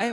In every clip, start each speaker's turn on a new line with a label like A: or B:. A: 哎，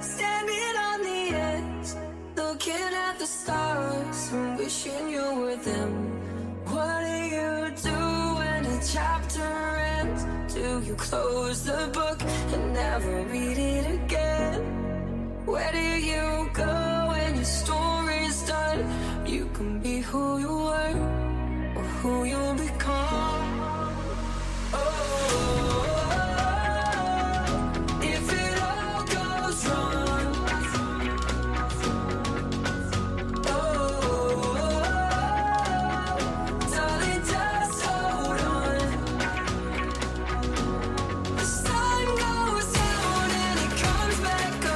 B: standing on the edge, looking at the stars and wishing you were them. What do you do when a chapter ends? Do you close the book and never read it again? Where do you go when your story's done? You can be who you were or who you'll become. Oh, if it all goes wrong. Oh, darling, just hold on. The sun goes down and it comes back up.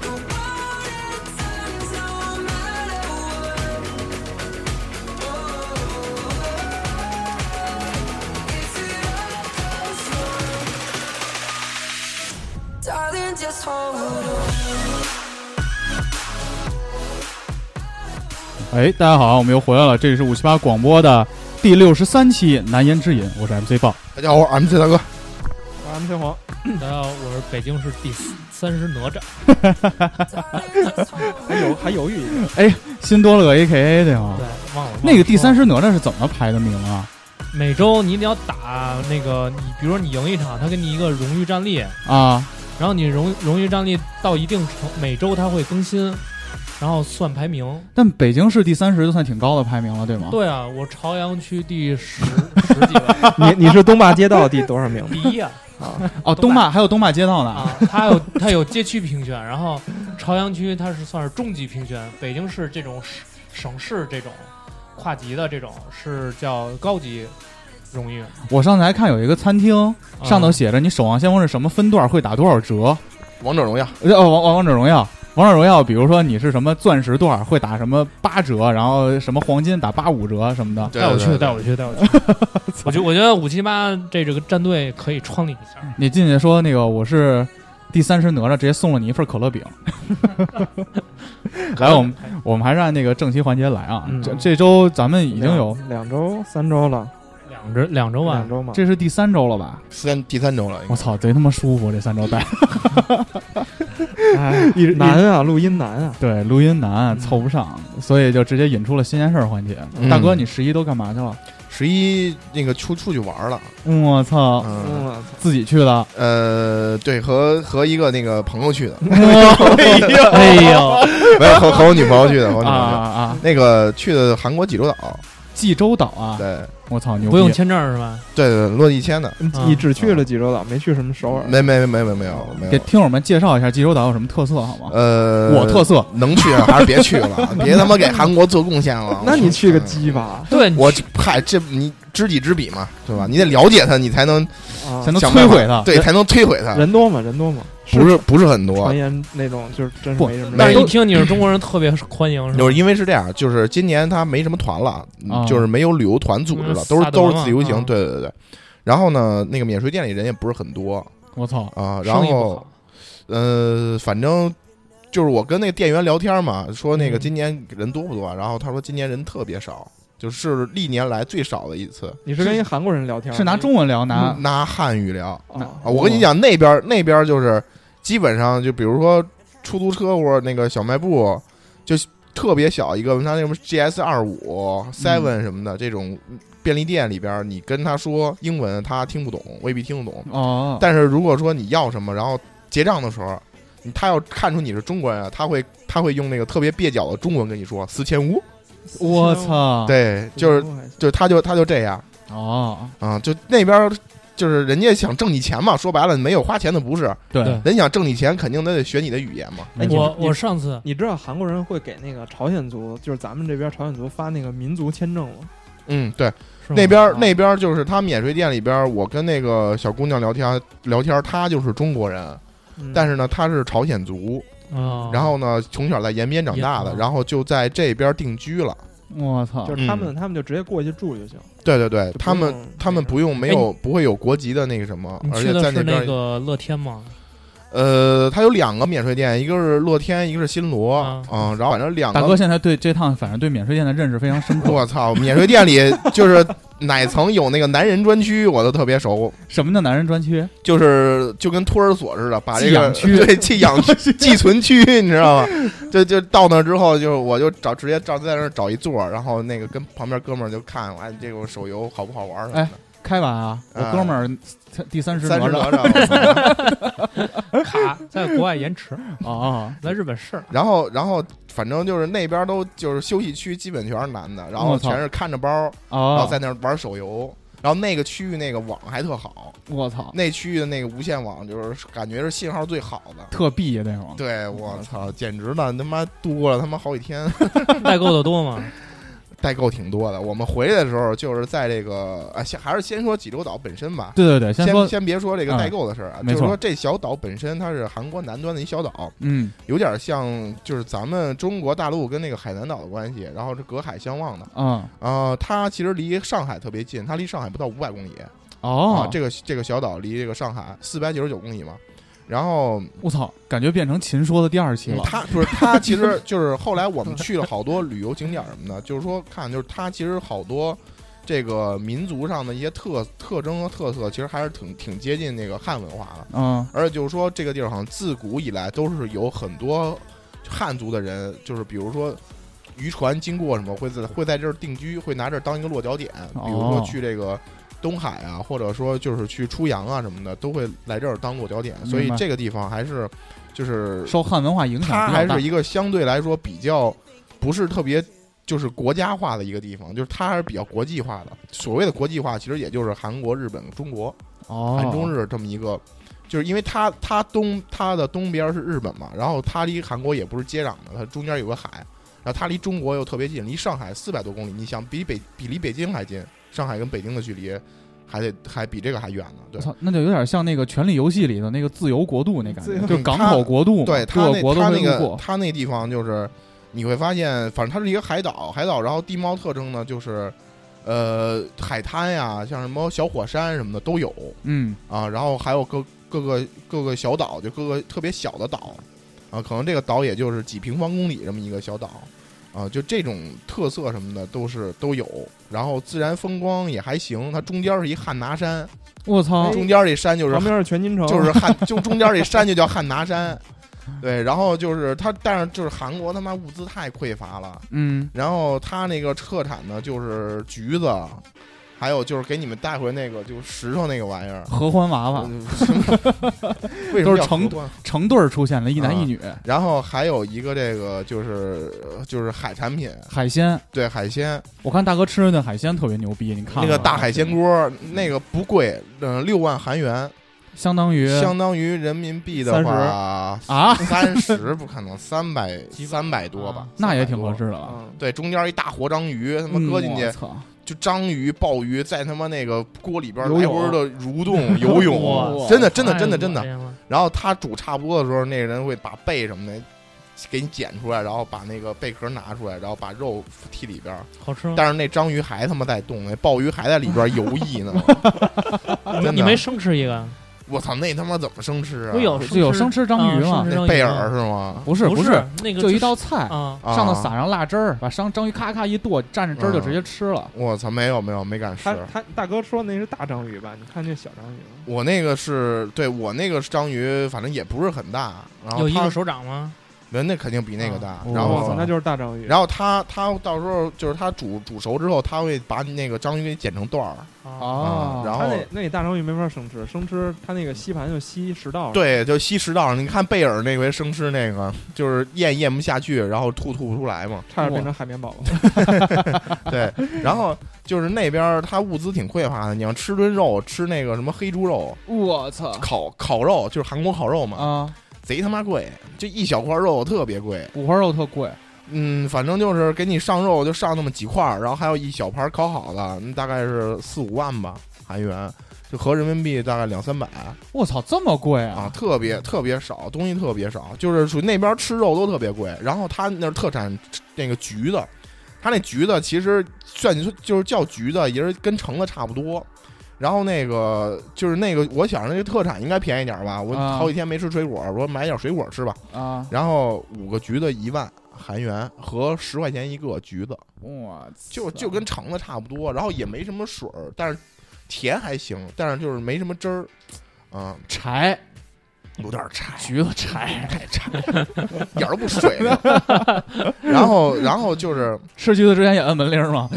B: The water turns no matter what. Oh, if it all goes wrong, darling, just hold on.
C: 哎，大家好，我们又回来了，这里是五七八广播的第六十三期难言之隐，我是 MC 豹。
D: 大家好，我是 MC 大哥。
E: 我是天皇，
F: 大家好，我是北京市第三十哪吒，
B: Darling, just hold
E: 还
B: on.
E: 有还犹豫一 下，
C: 哎新多了个 AKA 对吗
F: 对？，忘了
C: 啊那个第三
F: 十，
C: 十哪吒是怎么排的名啊？
F: 每周你得要打那个，你比如说你赢一场，他给你一个荣誉战力，
C: 啊，
F: 然后你荣荣誉战力到一定程，每周他会更新，然后算排名。
C: 但北京市第三十就算挺高的排名了，对吗？
F: 对啊，我朝阳区第十十几位，
E: 你你是东坝街道第多少名？
F: 第 一啊
C: 哦，东坝还有东坝街道呢。
F: 啊！他有他有街区评选，然后朝阳区他是算是中级评选，北京市这种省省市这种跨级的这种是叫高级荣誉。
C: 我上次还看有一个餐厅，上头写着你《守望先锋》是什么分段会打多少折，
D: 王者荣耀，
C: 呃，王王王者荣耀，王者荣耀，比如说你是什么钻石段会打什么八折，然后什么黄金打八五折什么的。
D: 对
F: 带我
D: 对
F: 去，
D: 对
F: 带我去，带我去。 我觉我觉得五七八这这个战队可以创立一下。
C: 你进去说那个我是第三十哪吒，直接送了你一份可乐饼。来，我们我们还是按那个正题环节来啊。
E: 嗯啊
C: 这这周咱们已经有，啊
E: 两周、三周了，
F: 两周两周吧
E: 两，周嘛。
C: 这是第三周了吧？
D: 三第三周了，
C: 我操，贼他妈舒服！这三周带
E: 哎
C: 一
E: 难啊，录音难啊。
C: 对录音难凑不上，所以就直接引出了新鲜事儿环节。
D: 嗯
C: 大哥，你十一都干嘛去了？
D: 十一那个出出去玩了，
C: 我操，
D: 嗯，
E: 嗯，
C: 自己去的。
D: 呃，对，和和一个那个朋友去的，
F: 哎呦，
D: 没有和和我女朋友去的，和我女
C: 啊
D: 朋友
C: 啊
D: 去的
C: 啊！
D: 那个去的韩国济州岛，
C: 济州岛啊，
D: 对
C: 我操，牛逼！
F: 不用签证是吧？
D: 对对，落地签的，
C: 嗯
F: 啊
E: 你只去了济州岛，没去什么首尔。
D: 没没没没没有没
C: 给
D: 有，
C: 听友们介绍一下济州岛有什么特色好吗？
D: 呃，
C: 我特色，
D: 能去还是别去了，别他妈给韩国做贡献了。
E: 那你去个
D: 嗯
E: 鸡巴啊
F: 对，你
D: 我嗨，这你知己知彼嘛，对吧？你得了解他，你才能
E: 啊
C: 才！能
D: 想办
C: 摧
D: 法
C: 毁它。
D: 对，才能摧毁他。
E: 人多吗？人多吗？
D: 不是不是很多
E: 传，言那种，就是真是
C: 不
E: 没什么人。
F: 但是一
C: 都
F: 听你是中国人，特别欢迎是吧
D: 就？是因为是这样，就是今年他没什么团了，
C: 啊
D: 就是没有旅游团组织了，
F: 哦嗯
D: 都是
F: 萨德嘛
D: 都是自由行，
F: 啊
D: 对对对。然后呢，那个免税店里人也不是很多
C: 我操，
D: 啊，然
F: 生意不
D: 后
F: 好，
D: 呃，反正就是我跟那个店员聊天嘛，说那个
F: 嗯
D: 今年人多不多啊，然后他说今年人特别少，就是历年来最少的一次，
E: 你是跟一韩国人聊天吗，
C: 是拿中哦文聊拿
D: 拿汉语聊
E: 啊
D: 啊，我跟你讲，那边那边就是基本上就比如说出租车或者那个小卖部，就特别小一个，像那什么 GS 二五、Seven 什么的这种便利店里边，你跟他说英文，他听不懂，未必听得懂。
C: 哦，
D: 但是如果说你要什么，然后结账的时候，你他要看出你是中国人啊，他会他会用那个特别蹩脚的中文跟你说四千五，
C: 我，操，，
D: 对，
E: 四千
D: 就是
E: 五还行
D: 就是他就他就这样
C: 哦，
D: 啊，就那边。就是人家想挣你钱嘛，说白了没有花钱的不是，
C: 对哎
F: 对，
D: 人想挣你钱，肯定得得学你的语言嘛。
C: 没
F: 我
C: 错，
F: 我上次
E: 你知道韩国人会给那个朝鲜族，就是咱们这边朝鲜族发那个民族签证吗？
D: 嗯，对，
F: 是吗
D: 那边
E: 啊
D: 那边就是他免税店里边，我跟那个小姑娘聊天聊天，她就是中国人，但
E: 是
D: 是呢，她是朝鲜族，
F: 嗯，
D: 然后呢，从小在延边长大的，
F: 也
D: 然后就在这边定居了。
C: 我操
E: 就！是他们他们就直接过去住就行。
D: 对对对，
E: 就不
D: 他们
E: 用
D: 他们不用没有不会有国籍的那个什么，
F: 哎你
D: 而
F: 去
D: 且
F: 的
D: 在
F: 是
D: 边
F: 那个乐天 吗？
D: 呃，它有两个免税店，一个是乐天，一个是新罗，
F: 啊
D: 嗯，然后反正两
C: 大哥
D: 个，
C: 现在对这趟反正对免税店的认识非常深刻。
D: 我操，免税店里就是 哪层有那个男人专区，我都特别熟，
C: 什么叫男人专区？
D: 就是就跟托儿所似的，把
C: 寄
D: 这个
C: 养区
D: 对寄 养区寄存区，你知道吗？就就到那之后，就我就找直接找在那儿找一座，然后那个跟旁边哥们儿就看，哎，这个手游好不好玩什么的。
C: 开完啊，我
D: 啊
C: 哥们儿第三十
D: 三
C: 哪
D: 十
C: 吒
D: 哪吒，
F: 卡在国外延迟，
C: 啊，
F: 在日本是
D: 然后然后反正就是那边都就是休息区，基本全是男的，然后
C: 我操
D: 全是看着包，然后
C: 哦
D: 在，那儿玩手游。然后那个区域那个网还特好，
C: 我操，
D: 那区域的那个无线网就是感觉是信号最好的。
C: 特逼那种。
D: 对，我操，简直了，他妈度过了他妈好几天，
F: 代购的多吗？
D: 代购挺多的。我们回来的时候就是在这个啊，先还是先说济州岛本身吧。
C: 对对对，先说
D: 先，别说这个
C: 嗯
D: 代购的事儿啊，
C: 没
D: 就是
C: 错
D: 说这小岛本身它是韩国南端的一小岛，
C: 嗯，
D: 有点像就是咱们中国大陆跟那个海南岛的关系，然后是隔海相望的。
C: 啊，
D: 啊，它其实离上海特别近，它离上海不到五百公里。啊
C: 哦，，
D: 这个这个小岛离这个上海四百九十九公里嘛。然后
C: 我操，感觉变成秦说的第二期
D: 嗯
C: 了。
D: 它不是它，其实就是后来我们去了好多旅游景点儿什么的，就是说看就是它其实好多这个民族上的一些特特征和特色，其实还是挺挺接近那个汉文化的。
C: 嗯，
D: 而且就是说这个地儿好像自古以来都是有很多汉族的人，就是比如说。渔船经过什么会在会在这儿定居，会拿这儿当一个落脚点，比如说
C: 哦
D: 去这个东海啊，或者说就是去出洋啊什么的，都会来这儿当落脚点。所以
C: 明白
D: 这个地方还是就是
C: 受汉文化影响
D: 它
C: 比
D: 还
C: 较大
D: 是。一个相对来说比较不是特别就是国家化的一个地方，就是它还是比较国际化的。所谓的国际化，其实也就是韩国、日本、中国、
C: 哦，
D: 韩中日这么一个。就是因为它它东它的东边是日本嘛，然后它离韩国也不是接壤的，它中间有个海，然后它离中国又特别近，离上海四百多公里，你想比北比离北京还近，上海跟北京的距离还得还比这个还远呢，对
C: 我。操，那就有点像那个《权力游戏》里的那个自由国度那感
E: 自
C: 觉
E: 由，
C: 就港口国度嘛，
D: 对
C: 各
D: 他那
C: 个国都
D: 他
C: 会
D: 那
C: 路
D: 个
C: 过。
D: 他那地方就是你会发现，反正它是一个海岛，海岛，然后地貌特征呢就是，呃，海滩呀，像什么小火山什么的都有
C: 嗯，
D: 啊，然后还有各各个各个小岛，就各个特别小的岛啊，可能这个岛也就是几平方公里这么一个小岛。啊，就这种特色什么的都是都有，然后自然风光也还行。它中间是一汉拿山，
C: 我操，
D: 中间这山
C: 哦
D: 就是
E: 旁边是全金城，
D: 就是汉，就中间这山就叫汉拿山，对，然后就是它，但是就是韩国他妈物资太匮乏了，
C: 嗯，
D: 然后它那个特产呢就是橘子，还有就是给你们带回那个就是石头那个玩意儿，
C: 合欢娃娃
D: 嗯 为什么
C: 都是
D: 叫
C: 成
D: 合欢
C: 成对儿出现了一
D: 啊
C: 男一女，
D: 然后还有一个这个就是就是海产品，
C: 海鲜。
D: 对海鲜，
C: 我看大哥吃的那海鲜特别牛逼，你看
D: 那个
C: 了吗
D: 大海鲜
C: 啊
D: 锅，那个不贵，嗯，六万韩元，
C: 相当于
D: 相当于人民币的
E: 30
D: 话
C: 啊，
D: 三十不可能，三百
F: 几百
D: 三百多吧
F: 啊，
C: 那也挺
D: 300多
C: 合。适的了。
E: 嗯，
D: 对，中间一大活章鱼，他妈
C: 啊嗯
D: 啊搁进去
C: 我，操
D: 就章鱼、鲍鱼在他妈那个锅里边
C: 游
D: 来
C: 泳
D: 回的 蠕动游泳，
C: 哇
D: 真的真的真的真的。
F: 的，
D: 然后他煮差不多的时候，那个人会把背什么的给你剪出来，然后把那个贝壳拿出来，然后把肉剔里边。
F: 好吃
C: 嗯
F: 吗？
D: 但是那章鱼还他妈在动，那鲍鱼还在里边游弋呢。 真的
F: 你没生吃一个？
D: 我操，那他妈怎么生吃啊？
F: 我有
C: 就有生吃章鱼
F: 啊
C: 嘛
F: 生吃？
D: 那贝尔是吗？
C: 不是
F: 不
C: 是，
F: 那个
C: 就是一道菜，
F: 啊，
D: 啊
C: 上头撒上辣汁儿，把章章鱼咔咔一剁，蘸着汁儿就直接吃了。
D: 我操，没有没有没敢吃
E: 他。他大哥说那是大章鱼吧？你看那小章鱼了，
D: 我那个是对我那个章鱼，反正也不是很大，然后
F: 有一
D: 它
F: 个手嗯掌吗？
D: 那那肯定比那个大。
C: 哦
D: 然
E: 我操
D: 后，
E: 那就是大章鱼。
D: 然后它它到时候就是它煮煮熟之后，它会把那个章鱼给剪成段儿
F: 啊，
C: 哦
D: 啊，，然
E: 他
D: 后
E: 那那大章鱼没法生吃，生吃它那个吸盘就吸食道。，
D: 对，就吸食道。你看贝尔那回生吃那个，就是咽咽不下去，然后吐吐不出来 嘛。
E: 差点变成海绵宝宝。
D: 对，然后就是那边儿它物资挺匮乏的，你要吃顿肉，吃那个什么黑猪肉、
C: 我操
D: 烤烤肉，就是韩国烤肉
F: 嗯
D: 嘛，
C: 啊，
D: 贼他妈贵，就一小块肉特别贵。
C: 五花肉特贵，
D: 嗯，反正就是给你上肉就上那么几块儿，然后还有一小盘儿烤好的，嗯大概是四五万吧韩元，就合人民币大概两三百
C: 我操，这么贵
D: 啊，
C: 啊！
D: 特别特别少，东西特别少，就是属于那边吃肉都特别贵。然后他那儿特产那个橘子，他那橘子其实算你说就是叫橘子，也是跟橙子差不多。然后那个就是那个，我想着那个特产应该便宜点儿吧，我
C: 啊
D: 好几天没吃水果，我说买点水果吃吧。
C: 啊，
D: 然后五个橘子一万韩元和十块钱一个橘子，
C: 我
D: 就就跟橙子差不多，然后也没什么水儿，但是甜还行，但是就是没什么汁儿，啊、
C: 柴
D: 有点儿柴，
C: 橘子柴，
D: 太柴，一点儿都不水灵。 然后然后就是
C: 吃橘子之前也摁门铃 吗？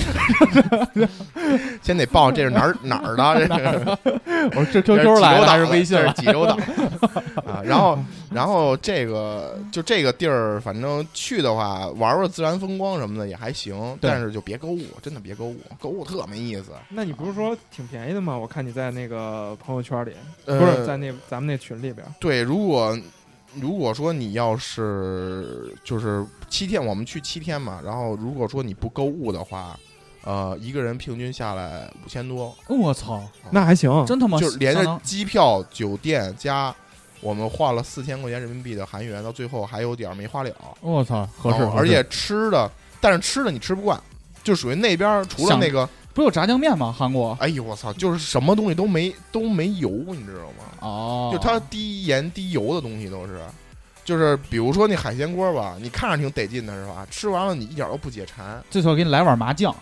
D: 先得报这是哪儿哪儿的，这是
C: 我说这
D: 这是
C: QQ 来
D: 济州
C: 的
D: 岛
C: 还是微信
D: 这
C: 来
D: 是？济州岛 啊。然后然后这个就这个地儿，反正去的话玩玩自然风光什么的也还行，
C: 对
D: 但是就别购物，真的别购物，购物特没意思。
E: 那你不是说挺便宜的吗？我看你在那个朋友圈里，
D: 呃
E: 不是在那咱们那群里边儿，
D: 对，如果如果说你要是就是七天，我们去七天嘛，然后如果说你不购物的话，呃，一个人平均下来五千多，
C: 我操，
E: 那还行。
C: 真他妈
D: 就是连
C: 相
D: 着
C: 当
D: 机票、酒店加我们花了四千块钱人民币的韩元，到最后还有点儿没花了，
C: 我操，合适
D: 然后，
C: 合
D: 哦而
C: 适
D: 且吃的，但是吃的你吃不惯。就属于那边儿除了
C: 想
D: 那个，
C: 不有炸酱面吗？韩国
D: 哎呦我操，就是什么东西都没都没油，你知道吗？
C: 哦，
D: 就它低盐低油的东西都是，就是比如说那海鲜锅吧，你看着挺得劲的是吧？吃完了你一点都不解馋，
C: 这次我给你来碗麻酱，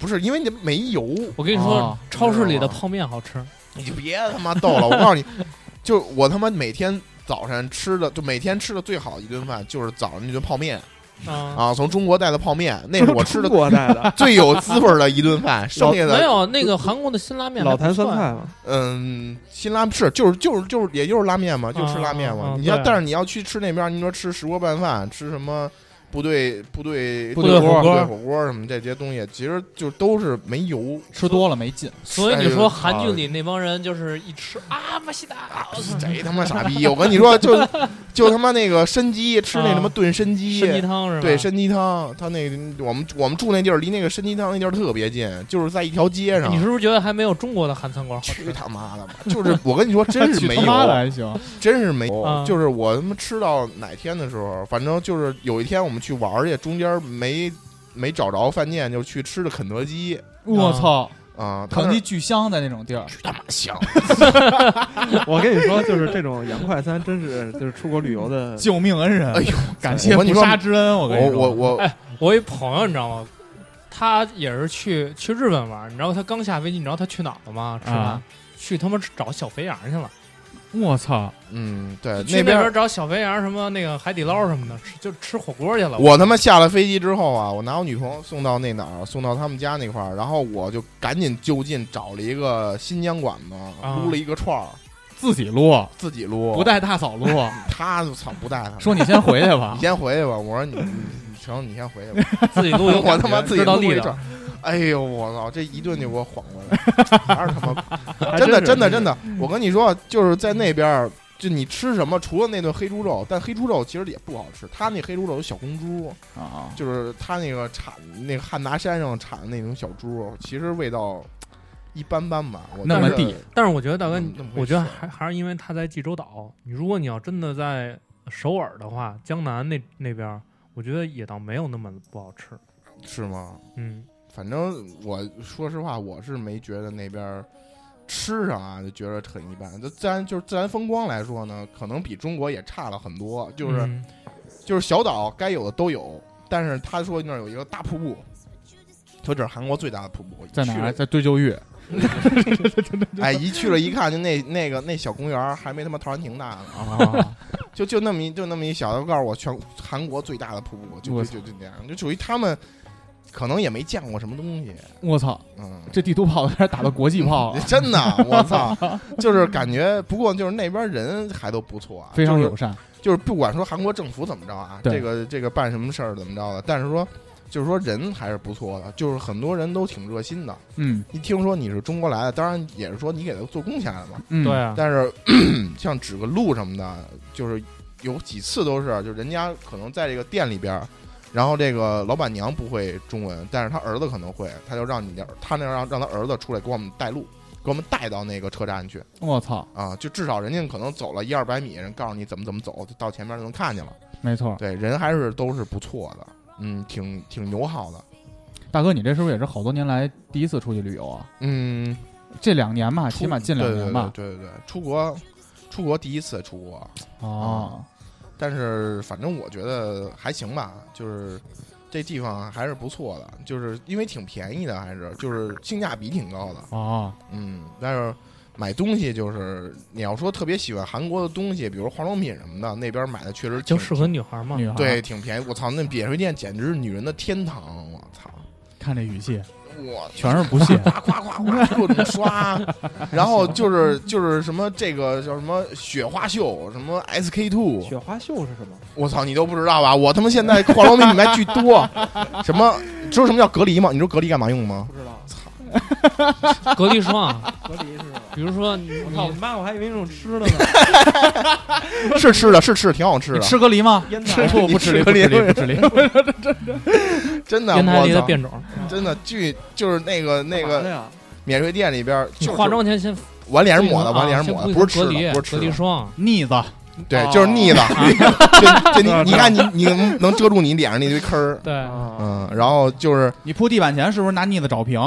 D: 不是因为你没油，
F: 我跟你说，
C: 哦
F: 超市里的泡面好吃，
D: 你就别他妈逗了。我告诉你， 就我他妈每天早上吃的，就每天吃的最好一顿饭就是早上那顿泡面
F: 啊，
D: 啊，从中国带的泡面，那是我吃 的
E: 中国带 的
D: 最有滋味儿的一顿饭。剩下
F: 没
D: 的
F: 有那个韩国的辛拉面还
E: 老
F: 不错呀，啊
E: 坛酸菜嘛，
D: 嗯，辛拉是就是就是就是也就是拉面嘛，就吃拉面
F: 啊啊
D: 嘛
F: 啊。
D: 你要
F: 对
D: 但是你要去吃那边，你说吃石锅拌饭，吃什么部队部队
C: 部
F: 队火锅
D: 火锅什么这些东西，啊其实就都是没油。
C: 吃多了没劲。
F: 所以你
D: 哎呦
F: 说韩剧里那帮人就是一吃
D: 哎
F: 啊，马西达，
D: 谁他妈傻逼！我跟你说，就 就他妈那个参鸡，吃那什么炖参鸡，
F: 参鸡汤是吧？
D: 对参鸡汤，他那个我们我们住那地儿离那个参鸡汤那地儿特别近，就是在一条街上
F: 你。是不是觉得还没有中国的韩餐馆好
D: 去
F: 吃？
D: 他妈的吧！就是 我跟你说，真是
C: 去
D: 没啊
C: 他
D: 油，
C: 妈的还行，
D: 真是没有，
C: 哦
F: 啊
D: 就是我他妈吃到哪天的时候，反正就是有一天我们去玩儿去，中间没没找着饭店，就去吃的肯德基
C: 我操，
D: 啊，他
C: 肯
D: 那
C: 德基巨香的那种地儿，
D: 去他妈香，
E: 我跟你说，就是这种洋快餐，真是就是出国旅游的
C: 救命恩人！
D: 哎呦，
C: 感谢
D: 我跟
C: 不
D: 你说
C: 杀之恩，我
D: 我
C: 跟你说，
D: 我我
F: 哎我一朋友你知道吗？他也是去去日本玩，你知道他刚下飞机，你知道他去哪儿了吗？吃饭
C: 啊
F: 去他妈找小肥羊去了，
C: 我操，
D: 嗯，对
F: 去
D: 那
F: 边
D: 儿
F: 找小肥羊什么那个海底捞什么的，吃就吃火锅去了。
D: 我他妈下了飞机之后啊，我拿我女朋友送到那哪儿，送到他们家那块儿，然后我就赶紧就近找了一个新疆馆子，
F: 啊
D: 撸了一个串儿，
C: 自己撸，
D: 自己撸，
C: 不带大嫂撸，
D: 他操不带他，
C: 说你先回去吧
D: 你。先回去吧，我说你你你成，你先回去吧。
F: 自己录 有
D: 我
F: 感觉，
D: 他妈自己
F: 知道
D: 撸
F: 力
D: 一
F: 量
D: 串。，哎呦我操！这一顿就给我晃过来，还是他妈
E: 还
D: 真的真的
E: 是
D: 真的！我跟你说，啊就是在那边儿，就你吃什么，除了那顿黑猪肉，但黑猪肉其实也不好吃。他那黑猪肉有小公猪，
C: 啊，
D: 就是他那个产那个汉拿山上产的那种小猪，其实味道一般般吧。我
C: 那
D: 觉
C: 么
D: 得
C: 地，
F: 但是我觉得大哥，
D: 嗯
F: 你
D: 那么回
F: 我觉得
D: 事
F: 还还是因为他在济州岛。你如果你要真的在首尔的话，江南那那边儿，我觉得也倒没有那么不好吃。
D: 是吗？
F: 嗯，
D: 反正我说实话，我是没觉得那边儿吃上啊，就觉得很一般。就自然就是自然风光来说呢，可能比中国也差了很多。就是、
F: 嗯
D: 就是小岛该有的都有，但是他说那儿有一个大瀑布，就这是韩国最大的瀑布，
C: 在
D: 一去
C: 哪儿？啊
D: 了？
C: 在对旧峪。
D: 哎，一去了一看，就那那个那小公园儿还没他妈陶然亭大呢，
C: 啊，
D: 就就那么一就那么一小的，告诉我全韩国最大的瀑布，就
C: 我
D: 就就就这样，就属于他们可能也没见过什么东西，
C: 我操，
D: 嗯。，
C: 这地图炮有点打到国际炮了
D: 真的，我操，就是感觉，不过就是那边人还都不错啊，
C: 非常
D: 就是
C: 友善。
D: 就是不管说韩国政府怎么着啊，
C: 对
D: 这个这个办什么事儿怎么着的，啊但是说就是说人还是不错的，就是很多人都挺热心的。
C: 嗯
D: 一听说你是中国来的，当然也是说你给他做贡献了嘛。
C: 嗯，
F: 对啊，
D: 但是 咳像指个路什么的，就是有几次都是，啊就人家可能在这个店里边儿，然后这个老板娘不会中文，但是他儿子可能会，他就让你的他那让让他儿子出来给我们带路，给我们带到那个车站去
C: 我操，
D: 啊，就至少人家可能走了一二百米，人告诉你怎么怎么走，就到前面就能看见了。
C: 没错，
D: 对，人还是都是不错的，嗯，挺挺友好的，
C: 大哥，你这是不是也是好多年来第一次出去旅游啊？
D: 嗯，
C: 这两年吧，
D: 出
C: 啊起码近两年吧。
D: 对对对对对，出国出国第一次出国，
C: 哦，
D: 但是反正我觉得还行吧，就是这地方还是不错的，就是因为挺便宜的，还是就是性价比挺高的，
C: 哦，
D: 嗯，但是买东西就是你要说特别喜欢韩国的东西，比如化妆品什么的，那边买的确实挺
F: 就适合女孩嘛。
C: 女孩，
D: 对，，挺便宜。我操，那免税店简直是女人的天堂！我操，
C: 看这语 气，
D: 我
C: 全是不屑。
D: 夸夸夸夸各种刷，然后就是就是什么这个叫什么雪花秀，什么 SK two，
E: 雪花秀是什么？
D: 我操，你都不知道吧？我他妈现在化妆品品牌巨多，什么知道什么叫隔离吗？你知道隔离干嘛用 吗？
E: 不知道，
F: 隔离霜，啊
E: 隔离是吧？
F: 比如说你
E: 我操，我妈，我还以为那种吃的呢，
D: 是吃的，是吃的，挺好吃
C: 你
D: 的，
C: 吃隔离吗？哦
E: 烟
D: 吃
E: 奶
C: 不不吃
D: 你
C: 梨，
D: 吃
C: 不吃
D: 梨
C: 梨，不吃梨。
D: 真的，
F: 烟台梨
D: 我
F: 的
D: 操，
F: 变种，
D: 真的巨就是那那个。那
E: 干嘛
D: 个
E: 的 呀，
D: 免税店里边儿
F: 你
D: 就是
F: 化妆前先
D: 往脸上抹的，
F: 啊
D: 往脸上抹的，
F: 先
D: 不是吃
F: 隔
D: 的，
F: 离
D: 不是吃
F: 隔离
D: 的，啊
F: 霜，
C: 腻子，
D: 对
E: 哦，
D: 就是腻的。 就就你你看你你能能遮住你脸上那堆坑儿，
F: 对，
E: 啊
D: 嗯，然后就是
C: 你铺地板前是不是拿腻子 找平？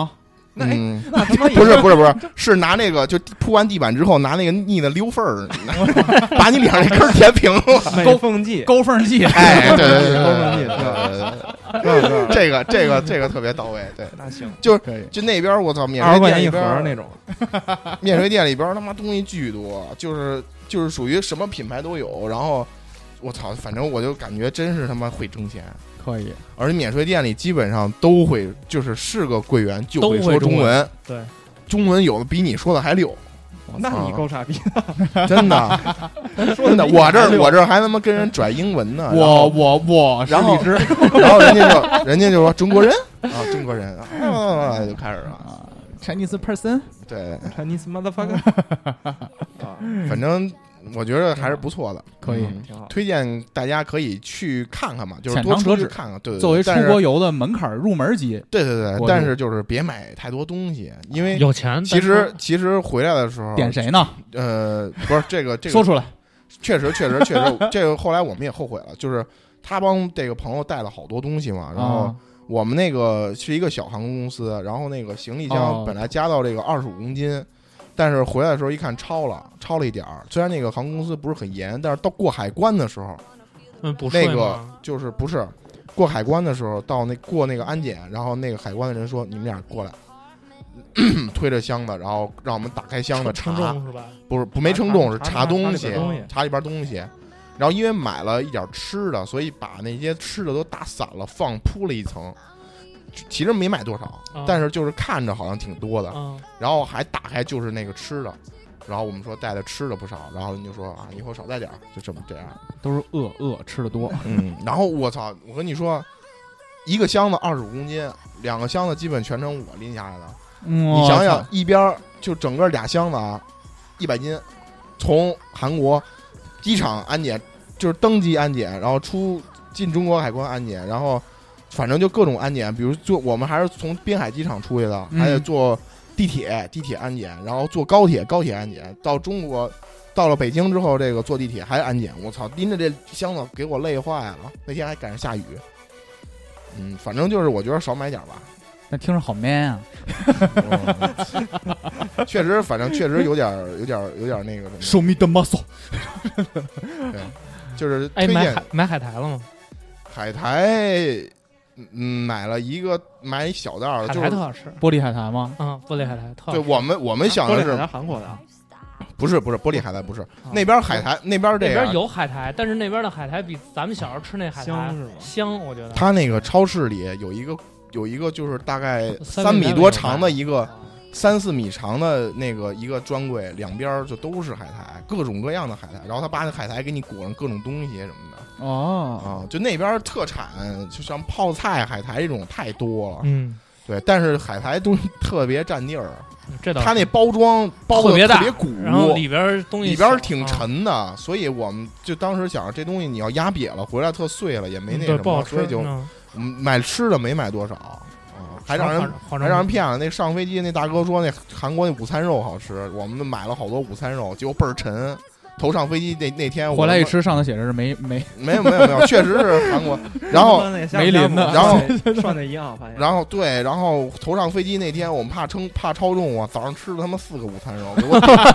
E: 那哎
D: 嗯，
E: 那 他妈也
D: 不是不是不是，是拿那个就铺完地板之后拿那个腻的溜缝儿， 把你脸上那坑儿填平了。
E: 美缝剂，
C: 勾 缝剂，
D: 哎，对对对
E: 勾缝
D: 对
E: 剂
D: 对对
E: 对对
D: 对，这个这个这个特别到位，对。
E: 那行，
C: 可以。
D: 就那边儿我操，免
E: 二
D: 税
E: 十块钱
D: 店
E: 一
D: 里
E: 盒
D: 边
E: 儿
D: 儿
E: 那 种，
D: 免税店里边儿他妈东西巨多，就是就是属于什么品牌都有。然后我操，反正我就感觉真是他妈会挣钱，
C: 可以，
D: 而且免税店里基本上都会，就是是个柜员就
F: 都
D: 说
F: 会
D: 中
F: 中
D: 文，
F: 对，
D: 中文有的比你说的还溜，啊
E: 那你够 傻逼，
D: 真的真的。我这儿我这儿还他妈跟人拽英文呢，哎然
C: 我
D: 后
C: 我啊我是
D: 然后
C: 荔枝
D: 然后人家就人家就说中国人啊中国人啊啊啊啊啊就开始了，
C: 啊，Chinese person，
D: 对，
E: Chinese motherfucker，啊
D: 反正我觉得还是不错的，
C: 可以
D: 嗯
E: 挺好。
D: 推荐大家可以去看看嘛，就是
C: 浅
D: 多
C: 尝
D: 出
C: 辄
D: 去
C: 止
D: 看看。对，对
C: 作为出，
D: 对但
C: 国
D: 是哦
C: 游的门槛儿入门级，
D: 对对
C: 国度
D: 对，但是就是别买太多东西，因为
F: 有钱。
D: 其实其实回来的时候，
C: 点谁呢？
D: 呃，不是 这个这
C: 说
D: 个，
C: 出来。
D: 确实确实确实，这个后来我们也后悔了，就是他帮这个朋友带了好多东西嘛，然后
C: 啊
D: 我们那个是一个小航空公司，然后那个行李
C: 哦
D: 箱本来加到这个二十五公斤。但是回来的时候一看超了，超了一点儿。虽然那个航空公司不是很严，但是到过海关的时候，
F: 嗯，补税
D: 那个
F: 嘛
D: 就是不是过海关的时候到那过那个安检，然后那个海关的人说你们俩过来， 推着箱子，然后让我们打开箱子查，
F: 称重是吧？
D: 不是不没称重是
E: 查查
D: 东
E: 查
D: 西
E: 里边东西，
D: 查里边东西。然后因为买了一点吃的，所以把那些吃的都打散了，放铺了一层。其实没买多少，
F: 啊
D: 但是就是看着好像挺多的。
F: 嗯，
D: 然后还打开就是那个吃的，然后我们说带的吃的不少，然后人就说啊，以后少带点儿，就这么这样。
C: 都是饿饿吃的多，
D: 嗯， 然后我操，我跟你说，一个箱子二十五公斤，两个箱子基本全程我拎下来的。你
C: 你
D: 想想，一边儿就整个俩箱子啊，一百斤，从韩国机场安检，就是登机安检，然后出进中国海关安检，然后反正就各种安检，比如坐我们还是从滨海机场出去的，
C: 嗯
D: 还得坐地铁，地铁安检，然后坐高铁，高铁安检，到中国。到了北京之后，这个坐地铁还安检，我操，拎着这箱子给我累坏了。那天还赶上下雨，嗯，反正就是我觉得少买点儿吧，
C: 那听着好 man 啊！
D: 确实，反正确实有点儿，有点儿，有点儿那个什
C: Show me the muscle，
D: 么，就是
F: 哎，
D: 推
F: 买
D: 荐
F: 海买海苔了吗？
D: 海苔，嗯，买了一个买一小袋儿
F: 海
D: 的，就
F: 苔特
D: 是
F: 好吃，
C: 玻璃海苔吗？
F: 嗯，玻璃海苔特好
D: 对
F: 吃。
D: 我们我们想
E: 玻
D: 的
E: 璃海苔
D: 是
E: 韩国的啊，
D: 不是不是玻璃海苔不是那边儿海苔那边儿
F: 啊那
D: 这
F: 边
D: 个，
F: 有海苔，但是那边的海苔比咱们小时候吃那海
E: 香
F: 苔
E: 是吗
F: 香，我觉得。
D: 他那个超市里有一个有一个就是大概
F: 三
D: 三
F: 米
D: 米
F: 三
D: 多
F: 米
D: 长
F: 吧
D: 的一个三四米长的那个一个专柜，两边儿就都是海苔，各种各样的海苔，然后他把那海苔给你裹上各种东西什么的。
C: 哦，
D: 啊，就那边儿特产，就像泡菜、海苔这种太多了。
F: 嗯，
D: 对，但是海苔东西特别占地儿，
F: 这倒是
D: 它那包装包的
F: 特别大
D: 特别鼓，
F: 然后里边儿东西
D: 里边儿
F: 小
D: 挺，
F: 啊
D: 沉的，所以我们就当时想，这东西你要压瘪了，回来特碎了，也没
F: 嗯
D: 那
F: 对
D: 什
F: 不好
D: 么，
F: 吃
D: 所以就
F: 嗯
D: 嗯买吃的没买多少啊。还让人
F: 什么化妆
D: 还让人骗了。那上飞机那大哥说那韩国那午餐肉好吃，我们买了好多午餐肉，结果倍儿沉。头上飞机那那天我
C: 回来一吃，上头写着是没没
D: 没有没有没有，确实是韩国。然后
C: 梅林的
D: 然后
E: 涮的一样，发现
D: 然后对，然后头上飞机那天我们怕称怕超重啊，早上吃了他妈四个午餐肉，给我打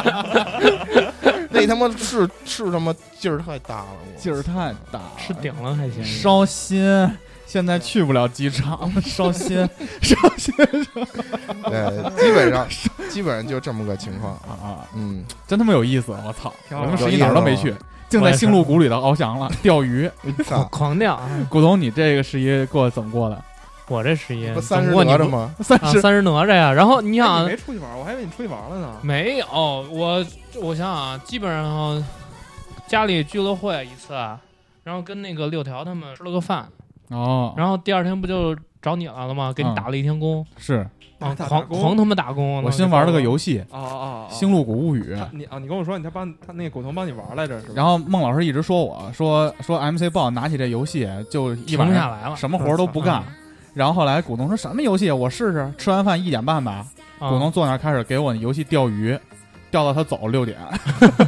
D: 的 那他妈是是他妈劲儿太大了，我
C: 劲儿太大，
F: 吃顶了还行，
C: 烧心。现在去不了机场，烧心， 烧心
D: 对，基本上基本上就这么个情况。
C: 啊！
D: 嗯，
C: 真他妈有意思，我操！
E: 挺好
C: 我
E: 玩
C: 们十一哪儿都没去，净在星露谷里头翱翔了，钓鱼。
D: 哎
F: 狂狂掉啊！
C: 古潼，你这个十一过得怎么过的？
F: 我这十一
C: 嗯
D: 不三十
F: 过你
D: 得着
F: 不
D: 吗？
C: 三
F: 啊，
C: 十
F: 三十哪吒呀。然后你
E: 哎
F: 想
E: 你没出去玩儿，我还以为你出去玩儿了呢。
F: 没有我，我想想啊，基本上家里聚了会一次，啊然后跟那个六条他们吃了个饭，
C: 哦，
F: 然后第二天不就找你来了吗？给你
C: 嗯
F: 打了一天工，
C: 是
D: 嗯
F: 啊，
E: 打
F: 狂
E: 打工
F: 狂他妈打工！啊
C: 我新玩了个游戏
E: 哦哦哦，
C: 《星露谷物语》
E: 他，你啊，你跟我说你他帮他那个古潼帮你玩儿来着是吧？
C: 然后孟老师一直说我说说 MC 豹拿起这游戏就一
F: 停
C: 晚
F: 不下
C: 上
F: 来了。
C: 什么活儿都不干。然后后来股东说什么游戏？啊我试试。吃完饭一点半吧，
F: 啊
C: 股东坐那儿开始给我游戏钓鱼，钓到他走六点，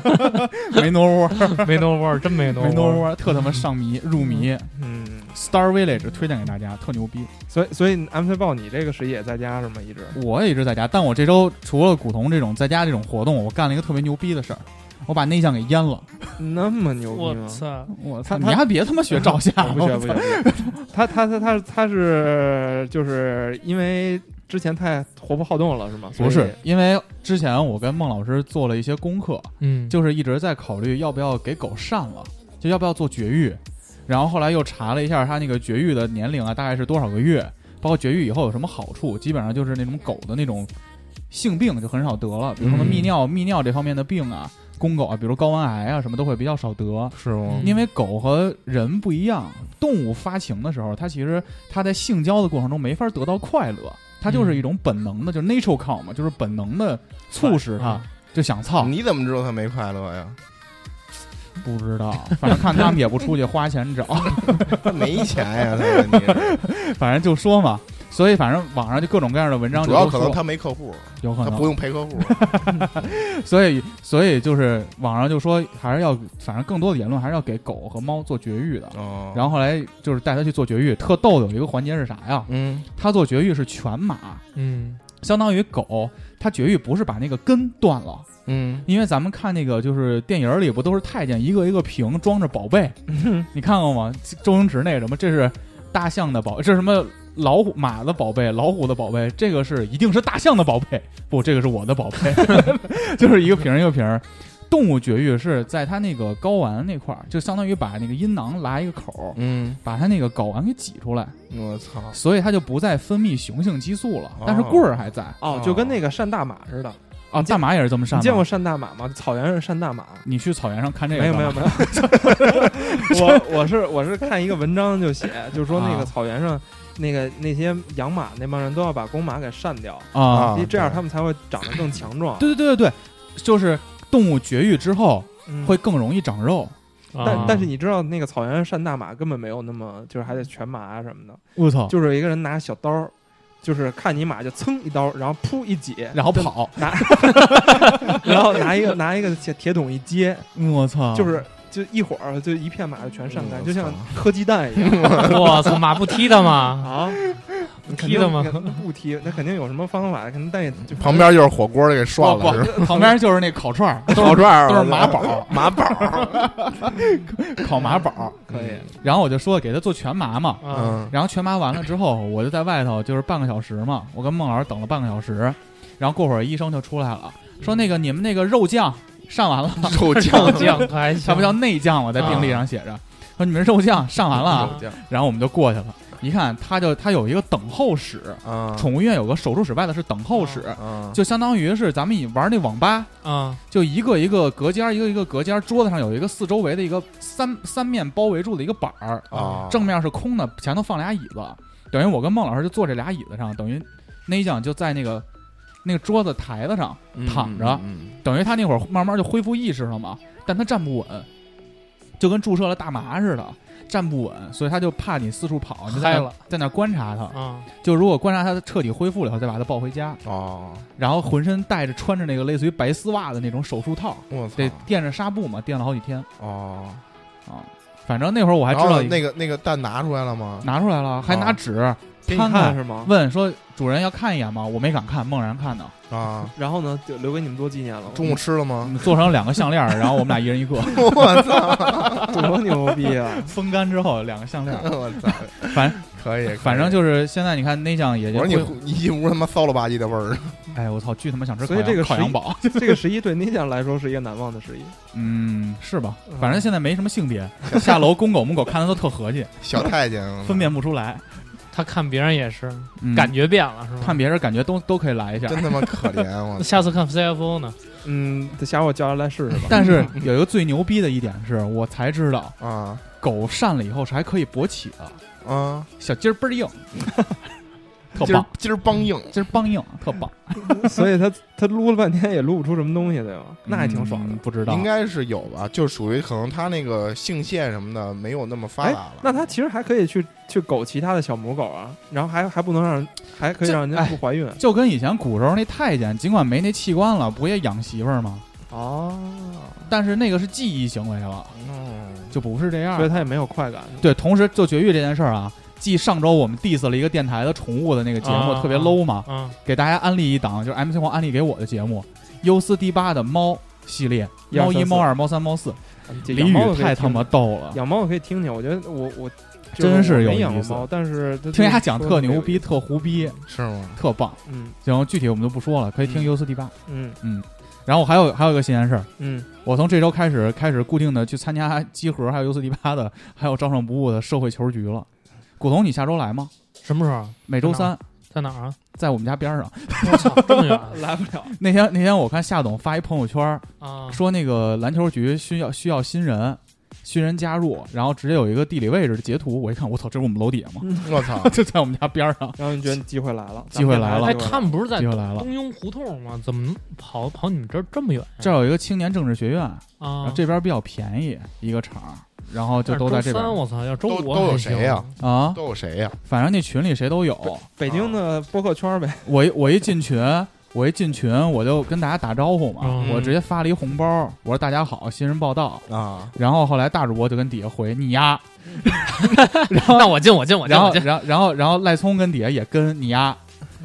C: 没挪窝，
F: 没挪窝儿，真没挪
C: 没挪
F: 窝儿。
C: 窝，特他妈上迷入迷。
F: 嗯，
C: Star Village 推荐给大家，特牛逼。
E: 所以所以 MC 豹你这个是也在家是吗？一直
C: 我也一直在家，但我这周除了古潼这种在家这种活动，我干了一个特别牛逼的事儿，我把内向给淹了。
E: 那么牛逼
F: 我
E: 吗？
F: 操！
C: 我操，你
E: 他
C: 还别他妈学赵夏，
E: 我不学
C: 我
E: 不
C: 操
E: 学，不学他他他他他是就是因为之前太活泼好动了是吗？所以
C: 不是，因为之前我跟孟老师做了一些功课，
F: 嗯，
C: 就是一直在考虑要不要给狗善了，就要不要做绝育。然后后来又查了一下它那个绝育的年龄啊，大概是多少个月，包括绝育以后有什么好处，基本上就是那种狗的那种性病就很少得了，比如什么
D: 嗯
C: 泌尿、泌尿这方面的病啊，公狗啊，比如睾丸癌啊什么都会比较少得。
D: 是吗
F: 嗯
C: 因为狗和人不一样，动物发情的时候，它其实它在性交的过程中没法得到快乐，它就是一种本能的，就是 natural cow 嘛，就是本能的促使它
D: 啊
F: 嗯
C: 就想操。
D: 你怎么知道他没快 乐呀？
C: 不知道，反正看他们也不出去花钱 找，
D: 他没钱呀，他问题 是
C: 反正就说嘛。所以反正网上就各种各样的文章就
D: 主
C: 都
D: 要
C: 说，
D: 可能他没客户，
C: 有可
D: 他
C: 能
D: 不用陪客户。
C: 所以所以就是网上就说还是要，反正更多的言论还是要给狗和猫做绝育的。
D: 哦，
C: 然后后来就是带它去做绝育，特逗的有一个环节是啥呀？
D: 嗯，
C: 它做绝育是全麻，
F: 嗯
C: 相当于狗，它绝育不是把那个根断了，
D: 嗯，
C: 因为咱们看那个就是电影里不都是太监一个一个瓶装着宝贝，你看过吗？周星驰那什么，这是大象的宝，这是什么老虎马的宝贝，老虎的宝贝，这个是一定是大象的宝贝，不，这个是我的宝 贝，就是一个瓶儿一个瓶儿。动物绝育是在它那个睾丸那块儿，就相当于把那个阴囊拉一个口儿，
D: 嗯，
C: 把它那个睾丸给挤出来，
D: 我操，
C: 所以它就不再分泌雄性激素了，但是棍儿还在。
E: 哦
D: 哦，
E: 就跟那个善大马似的，
C: 啊，大马也是这么上
E: 你
C: 的。
E: 见过善哦大马吗？草原上善大马。
C: 你去草原上看这个？
E: 没有没有。没有， 我我是我是看一个文章就写，就是说那
C: 啊
E: 个草原上那个那些养马那帮人都要把公马给善掉，
C: 啊！
D: 啊
E: 这样
D: 对
E: 他们才会长得更强壮。
C: 对对对对对，就是动物绝育之后
E: 嗯
C: 会更容易长肉。
E: 但
F: 啊
E: 但是你知道，那个草原上善大马根本没有那么，就是还得全麻啊什么的，
C: 我操！
E: 就是有一个人拿小刀儿，就是看你马就噌一刀，然后噗一解，
C: 然后跑，
E: 拿，然后拿一个拿一个铁铁桶一接，
C: 我操！
E: 就是就一会儿就一片马就全上干，
D: 嗯
E: 就像
D: 我
E: 磕鸡蛋一样
F: 我操，马不踢他 吗？
E: 啊！肯
F: 踢
E: 定
F: 他吗？
E: 不踢，那肯定有什么方法，肯定但也就
D: 旁边就是火锅给涮
C: 嗯不
D: 了，是吧？
C: 不，旁边就是那烤 串儿，
D: 烤串儿
C: 都是马
E: 啊
C: 宝，
D: 马宝，
C: 烤马宝。
E: 可以。
C: 然后我就说给他做全麻嘛，
F: 啊，
D: 嗯，
C: 然后全麻完了之后，我就在外头就是半个小时嘛，我跟孟老师等了半个小时，然后过会儿医生就出来了，说那个你们那个肉酱上完了
E: 嗯
C: 吗，
D: 肉酱
F: 肉，酱 可还行，
C: 它不叫内酱吗？在病历上写
E: 啊
C: 着，说你们肉酱上完了
E: 嗯
C: 啊，
D: 肉酱
C: 然后我们就过去了，一看他就他有一个等候室，
D: 啊，
C: 宠物医院有个手术室外的是等候室，
D: 啊，
C: 就相当于是咱们以玩那网吧，
F: 啊，
C: 就一个一个隔间儿，一个一个隔间儿，桌子上有一个四周围的一个三三面包围住的一个板儿，
D: 啊，
C: 正面是空的，前头放俩椅子，等于我跟孟老师就坐这俩椅子上，等于内将就在那个那个桌子台子上，
D: 嗯
C: 躺着
D: 嗯嗯
C: 等于他那会儿慢慢就恢复意识了嘛，但他站不稳，就跟注射了大麻似的，站不稳，所以他就怕你四处跑，你就在
F: 嗨
C: 那
F: 了
C: 在那观察他。
F: 啊，
C: 就如果观察他彻底恢复了以后，再把他抱回家，
D: 哦，
C: 然后浑身带着穿着那个类似于白丝袜的那种手术套，
D: 我操
C: 得，垫着纱布嘛，垫了好几天
D: 哦，
C: 啊。反正那会儿我还
D: 然
C: 知
D: 后
C: 道
D: 那个那个啊蛋拿出来了吗？
C: 拿出来了，还拿纸、
E: 给你
C: 摊
E: 看
C: 开，
E: 是吗？
C: 问说主人要看一眼吗？我没敢看，孟然看的，
D: 啊，
E: 然后呢，就留给你们做纪念了。
D: 中
C: 嗯
D: 午吃了吗？
C: 做成两个项链儿，然后我们俩一人一个，
D: 我操，
E: 多牛逼啊！
C: 风干之后两个项链儿。
D: 我操，
C: 哎反
D: 可以，可以
C: 反正就是现在你看内向也就
D: 我说你
C: 会，
D: 你进屋他妈骚了吧唧的味儿，
C: 哎我操，巨他妈想吃烤
E: 所以这
C: 羊
E: 个
C: 烤
E: 十一
C: 羊堡，
E: 这个十一对 Nissan 来说是一个难忘的十一。
C: 嗯是吧？反正现在没什么性别，下楼公狗母狗看的都特和气，
D: 小 太监
C: 分辨不出来，
F: 他看别人也是
C: 嗯
F: 感觉变了，是吗？
C: 看别人感觉都都可以来一下。
D: 真他妈可怜，我
F: 那下次看 CFO 呢？
E: 嗯，得下回我叫他来试试吧。
C: 但是有一个最牛逼的一点是我才知道，
D: 操啊
C: 狗扇了以后是还可以勃起的，
D: 啊，
C: 小鸡儿倍 儿硬， 特
D: 今儿
C: 棒，
D: 今儿梆硬，
C: 鸡儿梆硬，特棒，
E: 所以他他撸了半天也撸不出什么东西，对吧？那还挺爽的
C: 嗯。不知道
D: 应该是有吧，就属于可能他那个性腺什么的没有那么发
E: 哎
D: 达了。
E: 那他其实还可以去去狗其他的小母狗啊，然后还还不能让还可以
C: 这
E: 让人家
C: 哎
E: 不怀孕
C: 就跟以前古时候那太监，尽管没那器官了，不也养媳妇儿吗？
E: 哦，
C: 但是那个是记忆行为了，
D: 嗯
C: 就不是这样
E: 所以。他也没有快感。是吧
C: 对，同时就绝育这件事儿啊，继上周我们 diss 了一个电台的宠物的那个节目，
F: 啊
C: 特别 low 嘛，
F: 嗯，
C: 给大家安利一档，就是 MC 黄安利给我的节目，优思迪八的猫系列，
E: 一二
C: 猫
E: 三
C: 一、
E: 四
C: 猫二、猫三、猫四，
E: 这
C: 李
E: 养猫
C: 宇
E: 的可以
C: 太他
E: 听
C: 妈逗了，
E: 养猫我可以听听，我觉得我我
C: 真是
E: 是
C: 有
E: 我没养
C: 意
E: 过
C: 思
E: 猫，但是他
C: 听他讲特牛
E: 说
C: 逼、
E: 的
C: 特胡逼、
D: 是吗？
C: 特棒。
E: 没有意思，
C: 行，具体我们就不说了，可以听
E: 嗯
C: 优思迪八。
E: 嗯
C: 然后我还有还有一个新鲜事儿，
E: 嗯
C: 我从这周开始开始固定的去参加 集合，还有优四 D 八的，还有招商不误的社会球局了。古潼，你下周来吗？
F: 什么时候？
C: 每周三
F: 在哪儿啊？
C: 在我们家边儿上。
F: 我操，这么远
E: 嗯，来不了，
C: 那天那天我看夏董发一朋友圈，
F: 啊！
C: 说那个篮球局需要需要新人，新人加入，然后直接有一个地理位置的截图，我一看，我操，这是我们楼底下吗？
F: 嗯
D: 我操，
C: 就在我们家边儿上，
E: 然后你觉得你机会来了，
C: 机会来了
F: 哎，他们不是在
C: 机会来了
F: 东。庸胡同吗？怎么跑跑你们这儿这么远呀？
C: 这儿有一个青年政治学院，然
F: 啊
C: 后，这边比较便宜一个场儿，然后就
F: 但是
C: 都在
F: 周
C: 这边
F: 三我操，要周
D: 都
F: 五
D: 都有
F: 还
D: 谁
F: 行
D: 呀
C: 啊。
D: 都有谁呀？
C: 反正那群里谁都有，
E: 北京的播客圈呗，
C: 我一我一进群，我一进群我就跟大家打招呼嘛，
F: 嗯
C: 我直接发了一红包，我说大家好，新人报道。
D: 啊，
C: 然后后来大主播就跟底下回你呀，
F: 那我进，我进，我进，
C: 然
F: 我
C: 后
F: 进。
C: 然后然后然后赖聪跟底下也跟你呀，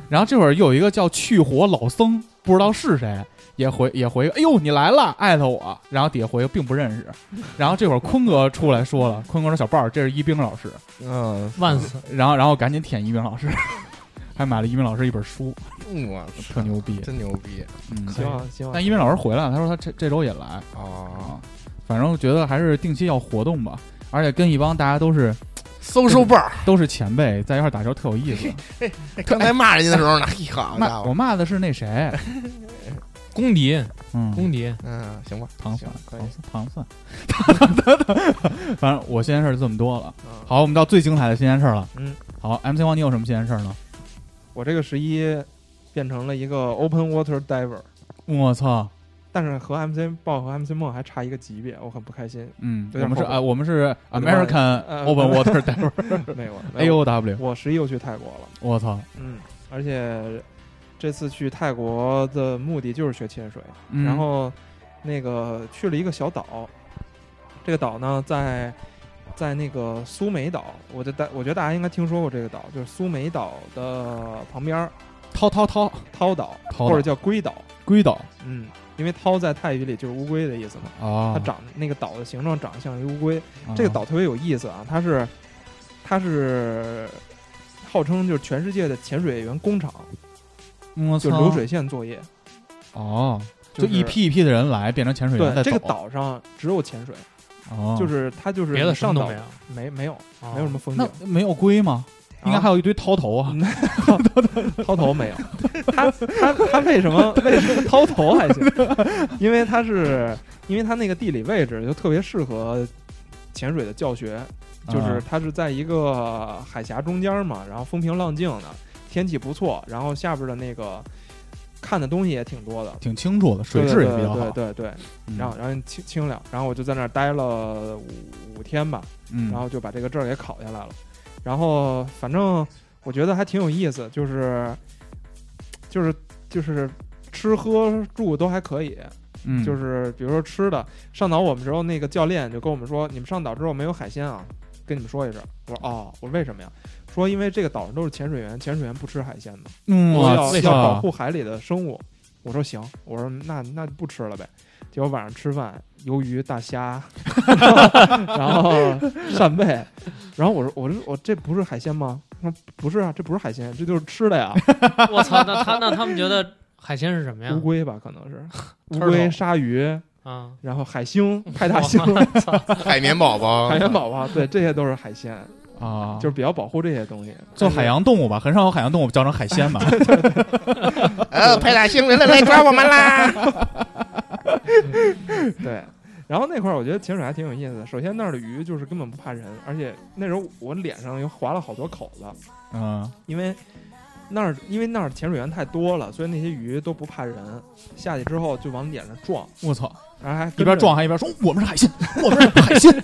C: 然后这会儿又有一个叫去火老僧，不知道是谁。也回也回，哎呦你来了，艾特我，然后底下回并不认识，然后这会儿坤哥出来说了，坤哥说小豹儿，这是一冰老师，
D: 嗯，
F: 万斯，
C: 然后然后赶紧舔一冰老师， 还买了一冰老师一本书，
D: 嗯我
C: 特牛逼，
D: 真牛逼
C: 嗯，
E: 希望希望。
C: 但一斌老师回来了，他说他这这周也来
D: 啊
C: 啊，反正觉得还是定期要活动吧，而且跟一帮大家都是
D: ！social bar，
C: 都是前辈在一块儿打球特有意思。
D: 刚才骂人家的时候呢， 嘿好家
C: 骂我
D: 伙，
C: 骂的是那谁，
F: 公敌，
C: 嗯，
F: 公敌，
D: 嗯，行吧，
C: 唐
D: 行
C: 蒜，
D: 可以
C: 唐蒜，唐蒜， 反正我新鲜事儿就这么多了。
E: 嗯，
C: 好，我们到最精彩的新鲜事儿了。
E: 嗯，
C: 好，MC 王，你有什么新鲜事儿呢？
E: 我这个十一变成了一个 open water diver，
C: 我操，
E: 但是和 MC 豹和 MC 梦还差一个级别，我很不开 心。
C: 嗯，
E: 有点
C: 我们是
E: 后悔
C: 啊，我们是
E: 我的妈呀
C: American
E: 呃
C: Open Water Diver
E: 没 有，没
C: A
E: 有，
C: O W，
E: 我十一又去泰国了，
C: 我操，
E: 嗯，而且这次去泰国的目的就是学潜水，
C: 嗯
E: 然后那个去了一个小岛，这个岛呢在在那个苏梅岛，我就大我觉得大家应该听说过这个岛，就是苏梅岛的旁边儿
C: 涛涛涛
E: 涛岛
C: 涛
E: 或
C: 岛
E: 者叫龟岛，
C: 龟岛
E: 嗯，因为涛在泰语里就是乌龟的意思嘛，
C: 啊，
E: 它长那个岛的形状长得像一乌龟，
C: 啊
E: 这个岛特别有意思啊，它是它是号称就是全世界的潜水员工厂，
C: 我
E: 就
C: 操
E: 流水线作业，
C: 哦，就是一批一批的人来，变成潜水员
E: 对
C: 在
E: 这个
C: 走，
E: 岛上只有潜水，
C: 哦、
E: 就是它就是
F: 别的
E: 你
F: 什么
E: 上
F: 都
E: 岛
F: 没有，
E: 没没有
F: 啊
E: 没有什么风景
C: 那，没有龟吗？应该还有一堆涛头
E: 嗯
C: 啊，
E: 涛头没有，它它它为什么为什么涛头还行？因为它是因为它那个地理位置就特别适合潜水的教学，就是
C: 啊
E: 它是在一个海峡中间嘛，然后风平浪静的，天气不错，然后下边的那个看的东西也挺多的，
C: 挺清楚的，水质也比较好。
E: 对对对对对，
C: 嗯
E: 然后然后清清凉，然后我就在那儿待了五五天吧，
C: 嗯，
E: 然后就把这个证儿给考下来了。然后反正我觉得还挺有意思，就是就是就是吃喝住都还可以，
C: 嗯
E: 就是比如说吃的，上岛我们时候那个教练就跟我们说，你们上岛之后没有海鲜啊，跟你们说一声。我说哦，我说为什么呀？说因为这个岛上都是潜水员，潜水员不吃海鲜的，
C: 嗯，
E: 我要
C: 我
E: 要保
C: 操，
E: 护海里的生物。我说行，我说那那不吃了呗。结果晚上吃饭，鱿鱼、大虾，然后扇贝，然后我说我说我这不是海鲜吗？他说不是啊，这不是海鲜，这就是吃的呀，
F: 哦我操，那他那他们觉得海鲜是什哎么呀
E: 乌？龟吧，可能是乌
F: Turtle
E: 龟、鲨鱼，
F: 啊，
E: 然后海星、派大星，
D: 海绵宝宝，
E: 海绵宝宝，对，这些都是海鲜，
C: 啊，
E: 就是比较保护这些东西。
C: 做海洋动物吧，很少有海洋动物叫成海 鲜吧？
D: 呃，派大星人了，来抓我们啦！
E: 对，然后那块儿我觉得潜水还挺有意思的。首先那儿的鱼就是根本不怕人，而且那时候我脸上又划了好多口子，
C: 嗯，
E: 因为那儿因为那儿潜水员太多了，所以那些鱼都不怕人，下去之后就往脸上撞，
C: 我操，
E: 然后还
C: 一
E: 跟着
C: 边撞还一边说我们是海鲜， 我们是海鲜，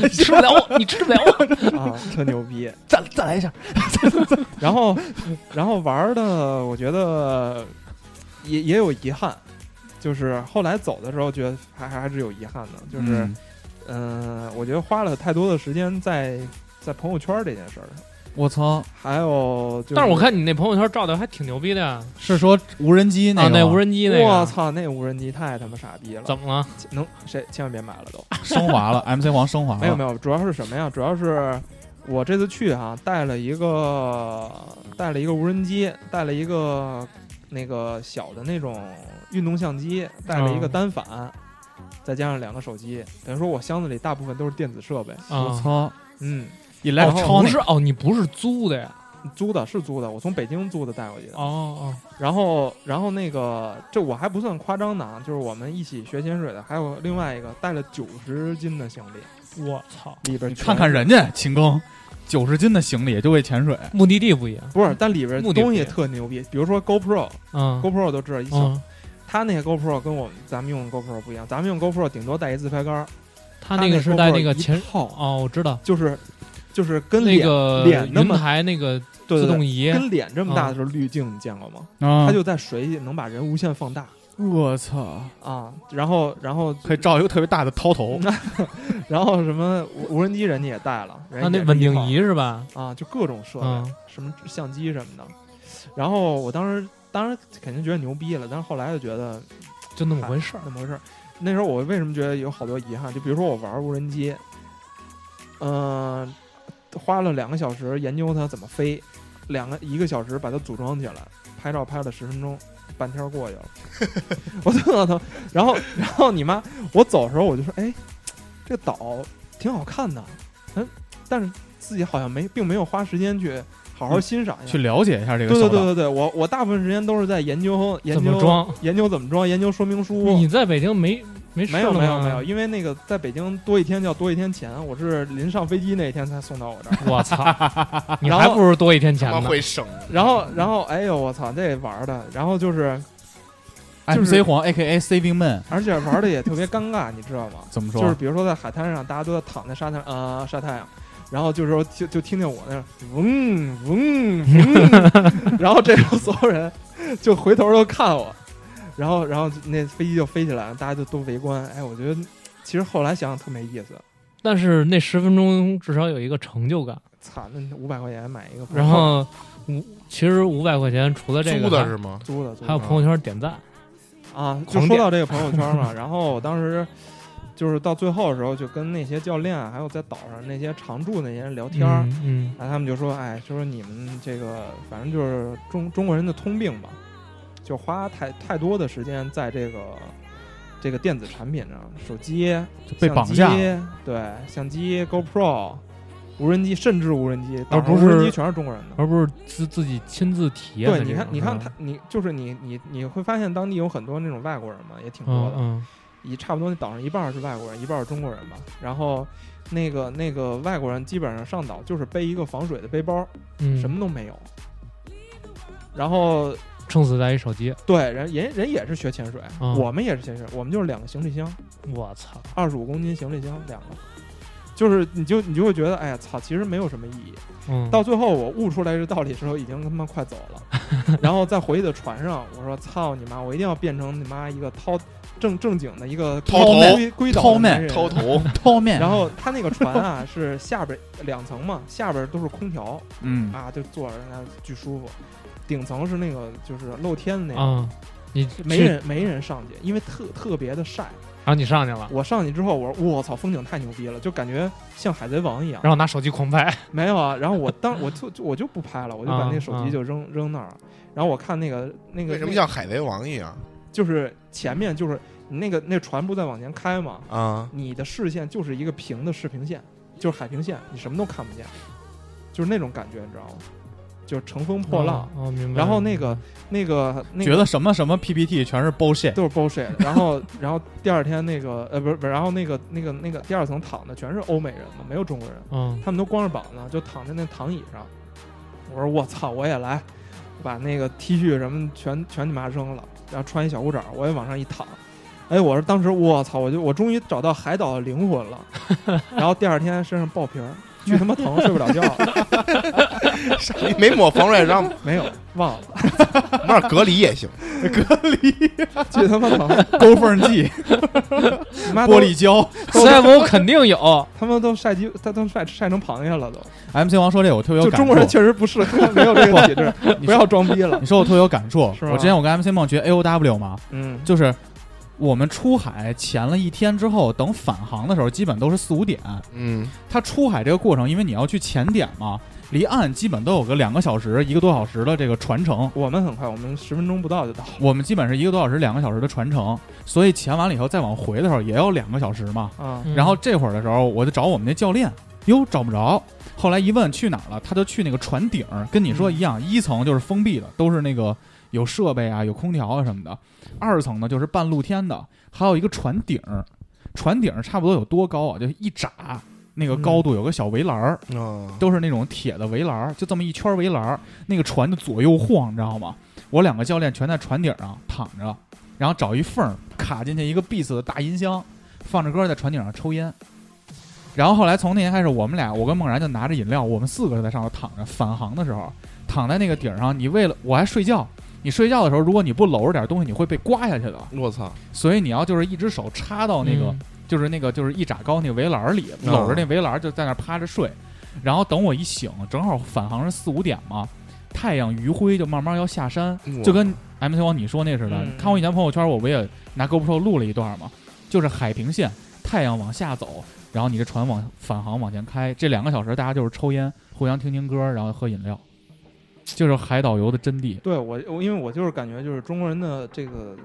F: 你吃不了我，你吃不了我，
E: 啊，特牛逼。
C: 再再来一下。
E: 然后然后玩儿的，我觉得也也有遗憾。就是后来走的时候，觉得还还还是有遗憾的，就是、
C: 嗯
E: 嗯，我觉得花了太多的时间在在朋友圈这件事儿上，
C: 我操，
E: 还有就是，
F: 但是我看你那朋友圈照的还挺牛逼的呀，
C: 是说无人机那
F: 啊，
C: 个吗？
F: 那无人机那个，
E: 我操，那无人机太他妈傻逼了，
F: 怎么了？
E: 能谁千万别买了都？
C: 升华了，MC 黄升华了。
F: 哦
E: 没有没有，主要是什么呀？主要是我这次去哈、带了一个带了一个无人机，带了一个那个小的那种运动相机，带了一个
F: 嗯
E: 单反。再加上两个手机，等于说我箱子里大部分都是电子设备。
C: 我
F: 啊，
C: 操
E: 嗯，
F: 不
C: ，electronic
F: 是哦，你不是租的呀？
E: 租的是租的，我从北京租的带过去的。
F: 哦
E: 然后，然后那个，这我还不算夸张的啊，就是我们一起学潜水的，还有另外一个带了九十斤的行李，
F: 哦，我操，
E: 里边全
C: 看看，人家秦庚九十斤的行李就为潜水，
E: 啊
F: 目的地不一样，
E: 不是，但里边
F: 目的不
E: 东
F: 一
E: 西
F: 样
E: 特牛逼，比如说 GoPro，GoPro
F: 嗯，
E: 都知道，一小，
F: 嗯，
E: 他那个 GoPro 跟我们咱们用的 GoPro 不一样，咱们用 GoPro 顶多带一自拍杆儿，
F: 他
E: 它
F: 那个是
E: GoPro
F: 带那个
E: 一
F: 前
E: 套，啊
F: 哦，我知道，
E: 就是就是跟
F: 那
E: 脸
F: 个
E: 脸那
F: 云
E: 么
F: 台那个
E: 对对
F: 自动嗯
E: 对，
F: 仪，
E: 跟脸这么大的时候滤镜你见过吗？
C: 他
E: 它就在水里能把人无限放大
C: 我操，
E: 啊，然后然后
C: 可以照一个特别大的掏头，
E: 嗯然后什么无无人机人家也带了，人
F: 那
E: 家
F: 啊那
E: 也是
F: 稳
E: 一
F: 定
E: 套
F: 仪是吧？
E: 啊，就各种设备，
F: 嗯
E: 什么相机什么的。然后我当时当时肯定觉得牛逼了，但是后来就觉得
F: 就那么回事儿。
E: 那么回事儿。那时候我为什么觉得有好多遗憾？就比如说我玩无人机，嗯、花了两个小时研究它怎么飞，两个一个小时把它组装起来，拍照拍了十分钟，半天儿过去了， 我特疼。然后然后你妈，我走的时候我就说，哎，这个岛挺好看的，嗯，但是自己好像没并没有花时间去好好欣赏一下。
C: 嗯去了解一下这个
E: 对
C: 小
E: 对
C: 岛
E: 对。对对，我我大部分时间都是在研究研
F: 怎么
E: 究
F: 装？
E: 研究怎么装，研究说明书。
F: 你在北京没没 事
E: 没有
F: 了
E: 没有
F: 吗
E: 没有，，因为那个在北京多一天叫多一天钱，我是临上飞机那一天才送到我这儿。
F: 我操，你
E: 然
F: 还
E: 后
F: 不如多一天
D: 他
F: 钱
D: 妈
F: 呢。
D: 会省，
E: 然后然后哎呦我操，这玩儿的，然后就是就是
C: MC 黄 AKA Saving Man
E: 而且玩的也特别尴尬， 你知道吗？
C: 怎么说？
E: 就是比如说在海滩上，大家都在躺在沙滩呃晒太阳，然后就是说就就听见我那儿嗡嗡嗡，然后这时候所有人就回头都看我，然后然后就那飞机就飞起来了，大家就都围观。哎，我觉得其实后来想想特没意思，
F: 但是那十分钟至少有一个成就感。
E: 操，那五百块钱买一个，
F: 然后五其实五百块钱除了这个
D: 租的是吗？
E: 嗯租的租的
F: 还有朋友圈点赞，
E: 啊，就
F: 狂
E: 说
F: 点
E: 到这个朋友圈嘛，然后我当时就是到最后的时候，就跟那些教练啊还有在岛上那些常住那些人聊天儿，
F: 嗯嗯，
E: 然后他们就说，哎，就说你们这个反正就是中中国人的通病吧，就花太太多的时间在这个这个电子产品上，手机、
C: 就被
E: 相
C: 绑架
E: 机，对，相机、GoPro、无人机，甚至无人机，岛
F: 而
E: 上
F: 不
E: 无人
F: 是
E: 机全是中国人的。
F: 而不是自自己亲自体验
E: 对，
F: 的这种。
E: 你看，你看
F: 是
E: 他
F: 吧，，
E: 你就是你，你你会发现当地有很多那种外国人嘛，也挺多
F: 嗯
E: 的。
F: 嗯，
E: 以差不多那岛上一半儿是外国人，一半儿是中国人吧。然后那个那个外国人基本上上岛就是背一个防水的背包，
F: 嗯
E: 什么都没有。然后
F: 撑死在一手机。
E: 对，人人人也是学潜水，
F: 嗯
E: 我们也是学潜水，我们就是两个行李箱，
F: 我操！
E: 二十五公斤行李箱两个，就是你就你就会觉得，哎呀操，其实没有什么意义。
F: 嗯，
E: 到最后我悟出来这道理之后，已经他妈快走了，然后再回去的船上，我说操你妈，我一定要变成你妈一个掏正正经的一个
D: 掏头
E: 龟龟岛
C: 掏
E: 的
C: 妹
E: 男人
D: 掏头，
C: 泡面，
E: 然后他那个船啊是下边两层嘛，下边都是空调
C: 嗯，
E: 啊，就坐着那巨舒服。顶层是那个就是露天的那个，
F: 嗯，你
E: 没
F: 去，
E: 人没人上去，因为特特别的晒。
F: 然后你上去了，
E: 我上去之后，我说我操，风景太牛逼了，就感觉像海贼王一样
F: 然。后拿手机 狂拍。
E: 没有啊，然后我当 我就就我就不拍了，我就把那
F: 啊
E: 个手机就扔、扔那儿了。然后我看那个那个
D: 为什么
E: 那
D: 像海贼王一样
E: 就是前面就是你那个那船不再往前开嘛，
D: 啊？
E: 你的视线就是一个平的视平线，就是海平线，你什么都看不见，就是那种感觉，你知道吗？就是乘风破浪，
F: 哦，哦明白。
E: 然后那个那个那
C: 觉
E: 个
C: 得什么什么 PPT 全是 bullshit，
E: 都是 bullshit。然后然后第二天那个呃不是不是，然后那个那个那个第二层躺的全是欧美人嘛，没有中国人，
F: 嗯，
E: 他们都光着膀子就躺在那躺椅上。我说我操，我也来，把那个 T 恤什么全全你妈扔了，然后穿一小裤衩，我也往上一躺。哎，我说当时我操，我就我终于找到海岛的灵魂 了。然后第二天身上爆皮儿，巨他妈疼，睡不了 觉，
D: 没没抹防晒霜，
E: 没有忘了，
D: 抹点隔离也行。
E: 巨他妈疼，
C: 勾缝剂、
E: 你 妈都
C: 玻璃，胶。
F: CFO 肯 定有，
E: 他们都晒鸡，他都晒晒成螃蟹了都。
C: MC 王说这我特别有
E: 就
C: 感触，
E: 中国人确实不适合，没有这个体质，不要装逼了
C: 你。说我特别有感触。
E: 是吧
C: 我之前我跟 MC 梦学 AOW 嘛，
E: 嗯，
C: 就是我们出海前了一天之后，等返航的时候，基本都是四五点。
D: 嗯，
C: 它出海这个过程，因为你要去潜点嘛，离岸基本都有个两个小时、一个多小时的这个船程。
E: 我们很快，我们十分钟不到就到了。
C: 我们基本是一个多小时、两个小时的船程，所以潜完了以后再往回的时候也有两个小时嘛。
E: 啊，
F: 嗯
C: 然后这会儿的时候，我就找我们那教练，哟，找不着。后来一问去哪儿了，他就去那个船顶儿，跟你说一样，一层就是封闭的，都是那个有设备啊、有空调啊什么的；二层呢就是半露天的，还有一个船顶儿，船顶儿差不多有多高啊？就一拃那个高度，有个小围栏儿，
D: 哦，
C: 都是那种铁的围栏儿，就这么一圈儿围栏儿，那个船就左右晃，你知道吗？我两个教练全在船顶上躺着，然后找一缝儿卡进去一个闭死的大音箱，放着歌在船顶上抽烟。然后后来从那天开始，我们俩我跟梦然就拿着饮料，我们四个就在上头躺着。返航的时候躺在那个顶上，你为了我还睡觉，你睡觉的时候如果你不搂着点东西，你会被刮下去的。
D: 我操！
C: 所以你要就是一只手插到那个、
F: 嗯
C: 就是那个就是一拃高那个围栏儿里，
D: 哦
C: 搂着那围栏儿就在那儿趴着睡。然后等我一醒，正好返航是四五点嘛，太阳余晖就慢慢要下山，
D: 哇
C: 就跟 MC 王你说那似的。
E: 嗯
C: 看我以前朋友圈，我不也拿 GoPro 录了一段嘛，就是海平线，太阳往下走，然后你这船往返航往前开，这两个小时大家就是抽烟，互相听听歌，然后喝饮料，就是海岛游的真谛。
E: 对我，我因为我就是感觉就是中国人的这个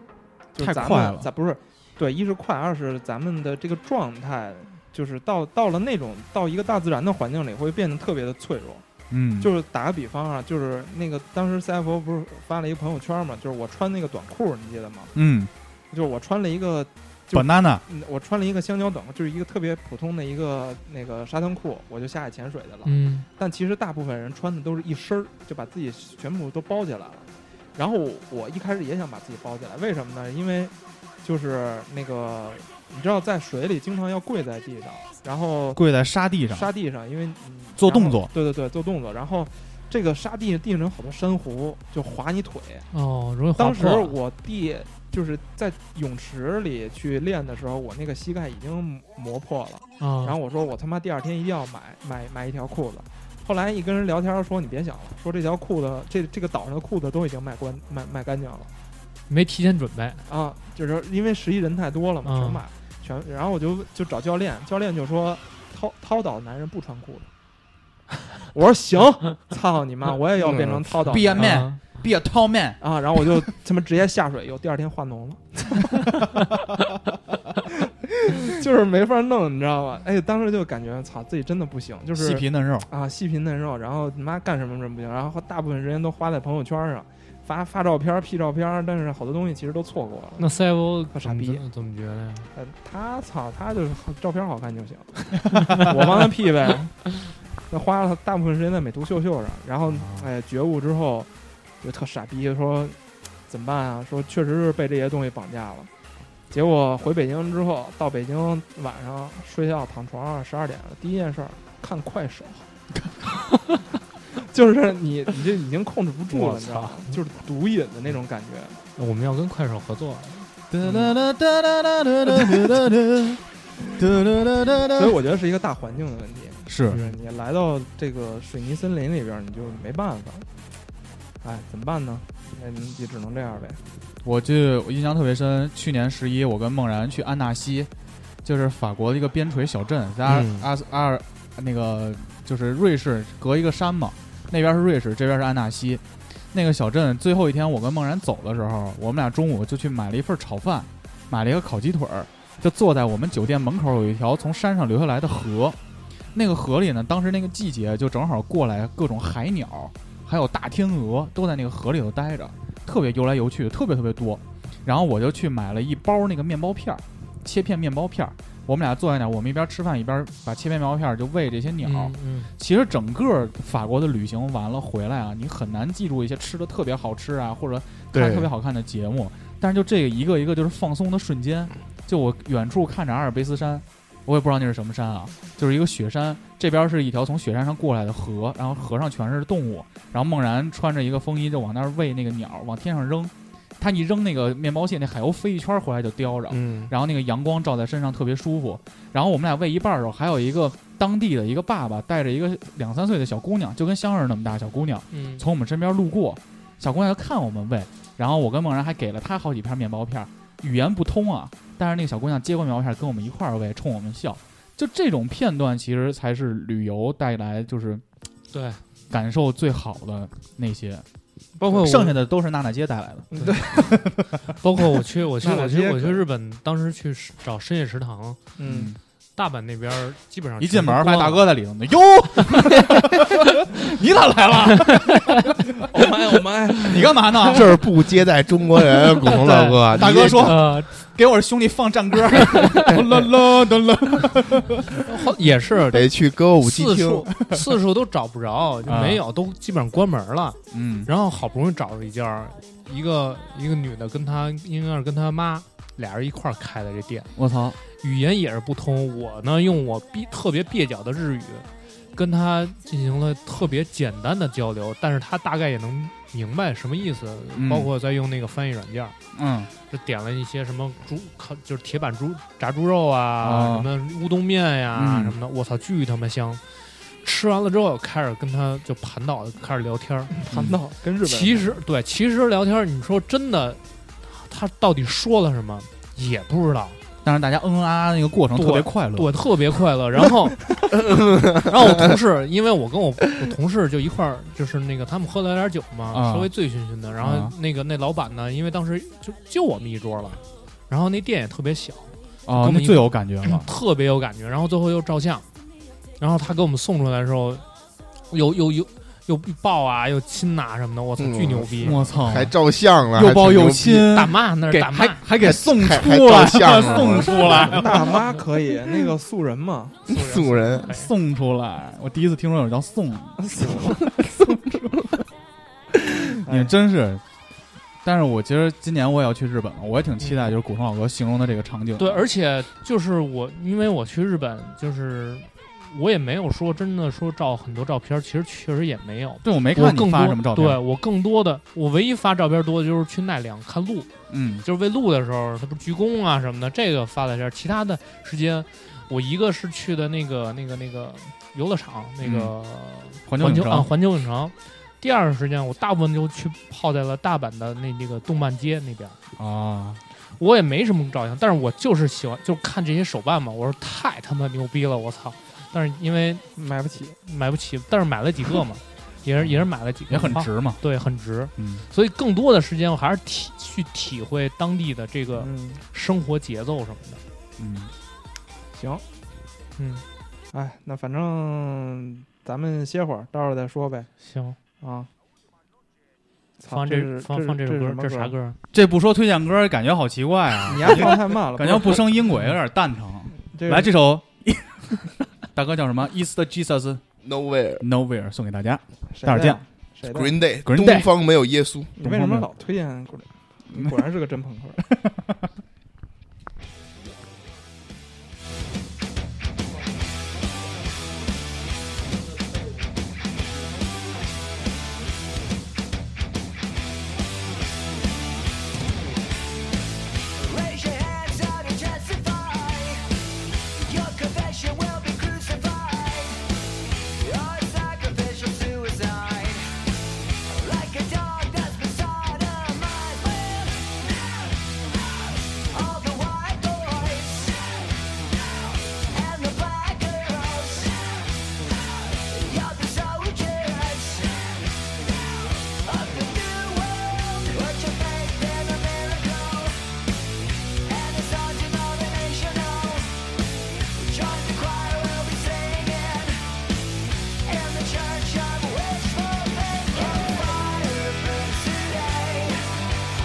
E: 就是
C: 太
E: 咱
C: 快
E: 们
C: 了
E: 咱不是对，一是快，二是咱们的这个状态，就是到到了那种到一个大自然的环境里，会变得特别的脆弱。
C: 嗯，
E: 就是打个比方啊，就是那个当时 CFO 不是发了一个朋友圈嘛，就是我穿那个短裤，你记得吗？
C: 嗯
E: 就是我穿了一个，就
C: ，banana，
E: 嗯我穿了一个香蕉短裤，就是一个特别普通的一个那个沙滩裤，我就下海潜水去了。
F: 嗯，
E: 但其实大部分人穿的都是一身儿，就把自己全部都包起来了。然后我一开始也想把自己包起来，为什么呢？因为就是那个，你知道，在水里经常要跪在地上，然后
C: 跪在沙地上
E: 沙地上，因为你
C: 做动作，
E: 然后对对对，做动作。然后这个沙地地上有好多珊瑚，就划你腿。
F: 哦，容易划
E: 当时
F: 破
E: 我弟就是在泳池里去练的时候，我那个膝盖已经磨破了。
F: 啊，
E: 然后我说我他妈第二天一定要买买买一条裤子。后来一跟人聊天说你别想了，说这条裤子这这个岛上的裤子都已经卖光卖卖干净了
F: 没提前准备，
E: 啊，就是因为十一人太多了嘛，
F: 嗯
E: 全买全。然后我就就找教练，教练就说涛涛岛男人不穿裤子。我说行，操你妈，我也要变成涛岛
C: Be a
E: 男
F: 嗯
E: 人
C: man, be a tall man。
E: 啊！然后我就他妈直接下水，又第二天化脓了， 就是没法弄，你知道吗？哎，当时就感觉操自己真的不行，就是
C: 细皮嫩肉，
E: 啊，细皮嫩肉，然后你妈干什么什么不行，然后大部分时间都花在朋友圈上，发发照片、P 照片，但是好多东西其实都错过了。
F: 那 CFO
E: 他傻逼
F: 怎么怎么觉得呀？
E: 呃他操，他就是好照片好看就行， 我帮他 P 呗。 那花
F: 哦
E: 了大部分时间在美图秀秀上，然后哎觉悟之后就特傻逼，说怎么办啊？说确实是被这些东西绑架了。结果回北京之后，到北京晚上睡觉躺床上十二点了，第一件事儿看快手， 就是你你这已经控制不住了，
F: 我
E: 你知道吗
F: 操？
E: 就是毒瘾的那种感 觉。
F: 我们要跟快手合作，
E: 所以我觉得是一个大环境的问题，
C: 是
E: 就是你来到这个水泥森林里边儿，你就没办法。哎，怎么办呢？那你也只能这样呗。
C: 我就我印象特别深，去年十一我跟梦然去安纳西，就是法国的一个边陲小镇，在阿、
F: 嗯
C: 阿斯阿尔那个就是瑞士隔一个山嘛，那边是瑞士，这边是安纳西。那个小镇最后一天，我跟梦然走的时候，我们俩中午就去买了一份炒饭，买了一个烤鸡腿儿，就坐在我们酒店门口有一条从山上流下来的河，那个河里呢，当时那个季节就正好过来各种海鸟，还有大天鹅都在那个河里头待着，特别游来游去，特别特别多。然后我就去买了一包那个面包片儿，切片面包片儿。我们俩坐在那儿，我们一边吃饭一边把切片面包片儿就喂这些鸟。
F: 嗯嗯，
C: 其实整个法国的旅行完了回来啊，你很难记住一些吃的特别好吃啊，或者看
D: 对
C: 特别好看的节目。但是就这个一个一个就是放松的瞬间，
D: 嗯
C: 就我远处看着阿尔卑斯山，我也不知道那是什么山啊，就是一个雪山，这边是一条从雪山上过来的河，然后河上全是动物，然后梦然穿着一个风衣就往那儿喂那个鸟，往天上扔，他一扔那个面包蟹，那海鸥飞一圈回来就叼着，
D: 嗯，
C: 然后那个阳光照在身上特别舒服。然后我们俩喂一半儿的时候，还有一个当地的一个爸爸带着一个两三岁的小姑娘，就跟香儿那么大小姑娘，
F: 嗯，
C: 从我们身边路过，小姑娘就看我们喂，然后我跟梦然还给了她好几片面包片儿，语言不通啊，但是那个小姑娘接过面包片儿跟我们一块儿喂，冲我们笑。就这种片段，其实才是旅游带来就是
F: 对，
C: 感受最好的那些，
F: 包哦括我
C: 剩下的都是娜娜街带来的。
E: 对，
F: 包括我去我去
E: 那
F: 我
E: 我
F: 去
E: 接
F: 我去
E: 着
F: 日本，当时去食找深夜食堂，
E: 嗯，
F: 大阪那边儿基本上
C: 嗯一进门，发
F: 发
C: 现大，哥在里头呢，哟， 你咋来了？
E: 我买我买，
C: 你干 嘛呢？
D: 这是不接待中国人，古潼老哥，
C: 啊大
D: 你
C: 哥
D: 也
C: 说
F: 呃，
C: 给我兄弟放战歌，啊 啦啦啦啦，
F: 后也是
D: 得去歌舞伎
F: 次
D: 厅
F: 数次数都找不着，就
C: 啊
F: 没有，都基本上关门了。
C: 嗯，
F: 然后好不容易找着一家儿，一个一个女的跟她应该是跟她妈俩人一块儿开的这店，
C: 我操，
F: 语言也是不通。我呢用我蹩特别蹩脚的日语跟她进行了特别简单的交流，但是她大概也能明白什么意思，
C: 嗯
F: 包括在用那个翻译软件儿。
C: 嗯
F: 就点了一些什么猪烤，就是铁板猪炸猪肉啊，
C: 啊
F: 什么乌冬面呀、
C: 嗯
F: 什么的，我操，巨他妈香！吃完了之后，开始跟他就盘倒，开始聊天儿。
E: 盘道跟日本人
F: 其实对，其实聊天儿，你说真的，他到底说了什么也不知道，
C: 但是大家嗯嗯啊啊那个过程特别
F: 对
C: 快乐，
F: 我特别快乐。然后，然后我同事，因为我跟我我同事就一块儿，就是那个他们喝了点酒嘛
C: 啊，
F: 稍微醉醺醺的。然后
C: 啊
F: 那个那老板呢，因为当时就就我们一桌了，然后那店也特别小。
C: 哦
F: 跟我，们
C: 那
F: 一
C: 最有感觉了，
F: 特别有感觉。然后最后又照相，然后他给我们送出来的时候，又又又又抱啊，又亲呐、什么的，我操，
D: 嗯
F: 巨牛逼！
C: 我操，
D: 还照相了，
C: 又抱
D: 还挺
C: 又
D: 牛逼，
C: 亲，
F: 大妈那是
C: 给
F: 大
C: 还
F: 妈，
C: 还给送
D: 还
C: 出
D: 还
C: 来
D: 照， 相呢
C: 送出 来，
E: 大妈可以，那个素人嘛，
D: 素人
F: 哎
C: 送出来，我第一次听说有人叫送，
E: 素
C: 你们真是。但是我其实今年我也要去日本了，我也挺期待，就是古潼老哥形容的这个场景。
F: 对，而且就是我，因为我去日本，就是我也没有说真的说照很多照片，其实确实也没有。
C: 对我没
F: 我
C: 看
F: 更
C: 你
F: 多
C: 发什么照片，
F: 对，我更多的，我唯一发照片多的就是去奈良看鹿，
C: 嗯
F: 就是喂鹿的时候，他不是鞠躬啊什么的，这个发在这儿。其他的时间，我一个是去的那个那个那个游乐场，那个
C: 嗯环球影
F: 环球
C: 城
F: 啊环球影城。第二个时间，我大部分就去泡在了大阪的那那个动漫街那边，
C: 啊，
F: 我也没什么照相，但是我就是喜欢，就是看这些手办嘛。我说太他妈牛逼了，我操！但是因为
E: 买不起。
F: 买不起，但是买了几 个嘛，也是也是买了几个，
C: 也很
F: 花，
C: 值嘛，
F: 对，很值。
C: 嗯
F: 所以更多的时间，我还是体去体会当地的这个
E: 嗯，
F: 生活节奏什么的。
C: 嗯。
E: 行，
F: 嗯，
E: 哎，那反正咱们歇会儿，到时候再说呗。
F: 行，
E: 啊，操
F: 放
E: 这是
F: 放
E: 是
F: 放
E: 这
F: 首歌
E: 是，
F: 这
E: 什
F: 啥
E: 么歌？
F: 歌？
C: 这不说推荐歌，感觉好奇怪啊！
E: 你丫放太慢了，
C: 感觉不生音轨，有点蛋疼。
E: 这
C: 来，这首 大哥叫什么？East Jesus
D: ，Nowhere
C: Nowhere 送给大家。
E: 谁
C: 待会儿
E: 的
C: 见
E: 呀，谁的？
D: Green Day，
C: Green
D: 东
C: Day
D: 方没有耶稣，
E: 你为什么老推荐过来？你果然是个真朋克。
G: Raise your hands out and testify. Your confession will be crucified. Your sacrificial suicide, like a dog that's been sodomized. Well, all the white boys and the black girls, you're the soldiers of the new world. Put your faith in a miracle. And it's all denominational. Join the choir, we'll be singing in the church of wishful thinking. Fire burns today,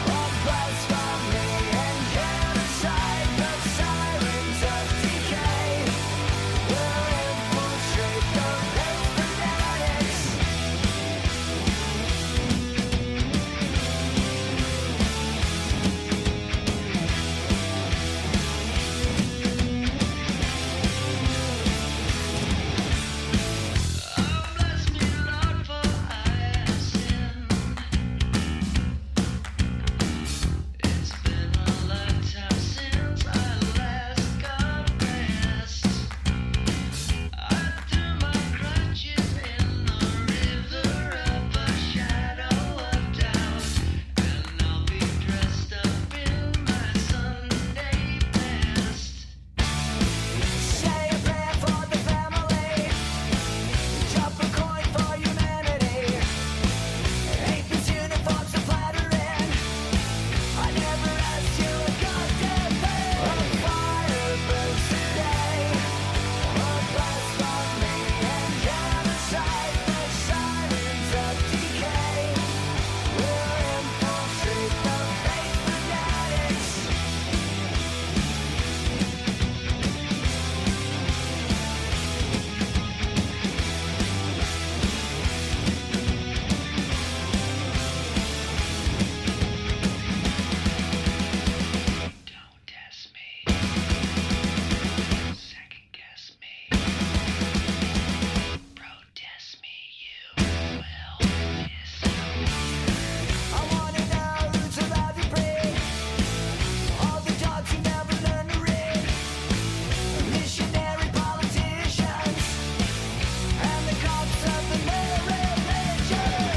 G: all blows from me and genocide. The sirens of decay will infiltrate the faith fanatics. Say a prayer for the family. Drop a coin for humanity. Apes uniforms are flattering. I never asked you a goddamn thing. Fire burns today. All blasphemy and genocide. The sirens of decay will infiltrate the faith fanatics. Don't test me. Second guess me. Protest me, you will miss. I wanna know who's allowed to breed. All the dogs who never learn to read. Missionary politicians and the cops of the new religion.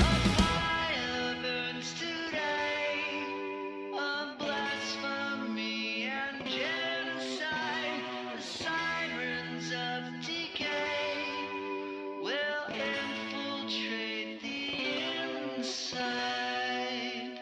G: Fire burns today, a blasphemy and genocide. The sirens of decay will infiltrate the inside.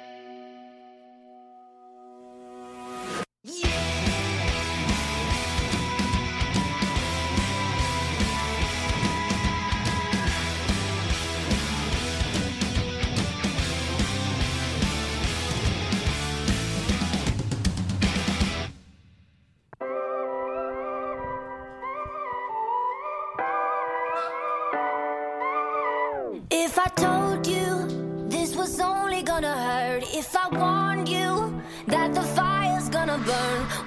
B: If I told you this was only gonna hurt, if I warned you that the fire's gonna burn,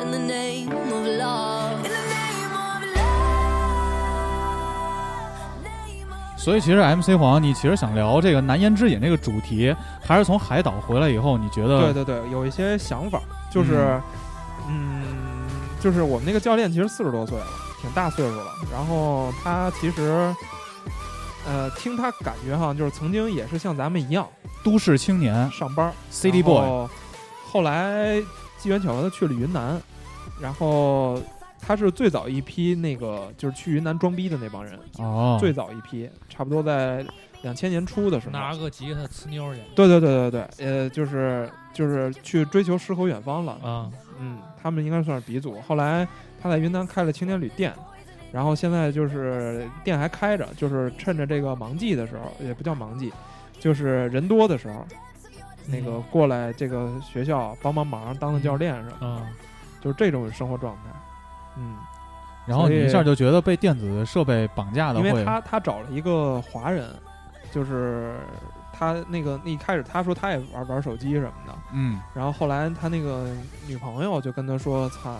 B: in the name of love? In the name of love. Name of
C: 所以其实 MC 黄，你其实想聊这个难言之隐这个主题，还是从海岛回来以后，你觉得
E: 对对对，有一些想法，就是，嗯，就是我们那个教练其实四十多岁了，挺大岁数了。然后他其实，呃，听他感觉哈，就是曾经也是像咱们一样
C: 都市青年
E: 上班儿
C: City Boy，。
E: 后来机缘巧合的去了云南，然后他是最早一批那个就是去云南装逼的那帮人，
C: 哦，
E: 最早一批，差不多在两千年初的时候。
F: 拿个吉他呲妞去
E: 对对对对对，呃，就是就是去追求诗和远方了。
F: 啊，
E: 嗯，他们应该算是鼻祖。后来他在云南开了青年旅店，然后现在就是店还开着，就是趁着这个忙季的时候，也不叫忙季，就是人多的时候，那个过来这个学校帮帮忙，当当教练什么的，
F: 啊，
E: 就是这种生活状态。嗯，
C: 然后你
E: 所以
C: 一下就觉得被电子设备绑架的
E: 因
C: 会
E: 为，他他找了一个华人，就是他那个那一开始他说他也玩玩手机什么的，
C: 嗯，
E: 然后后来他那个女朋友就跟他说：“操，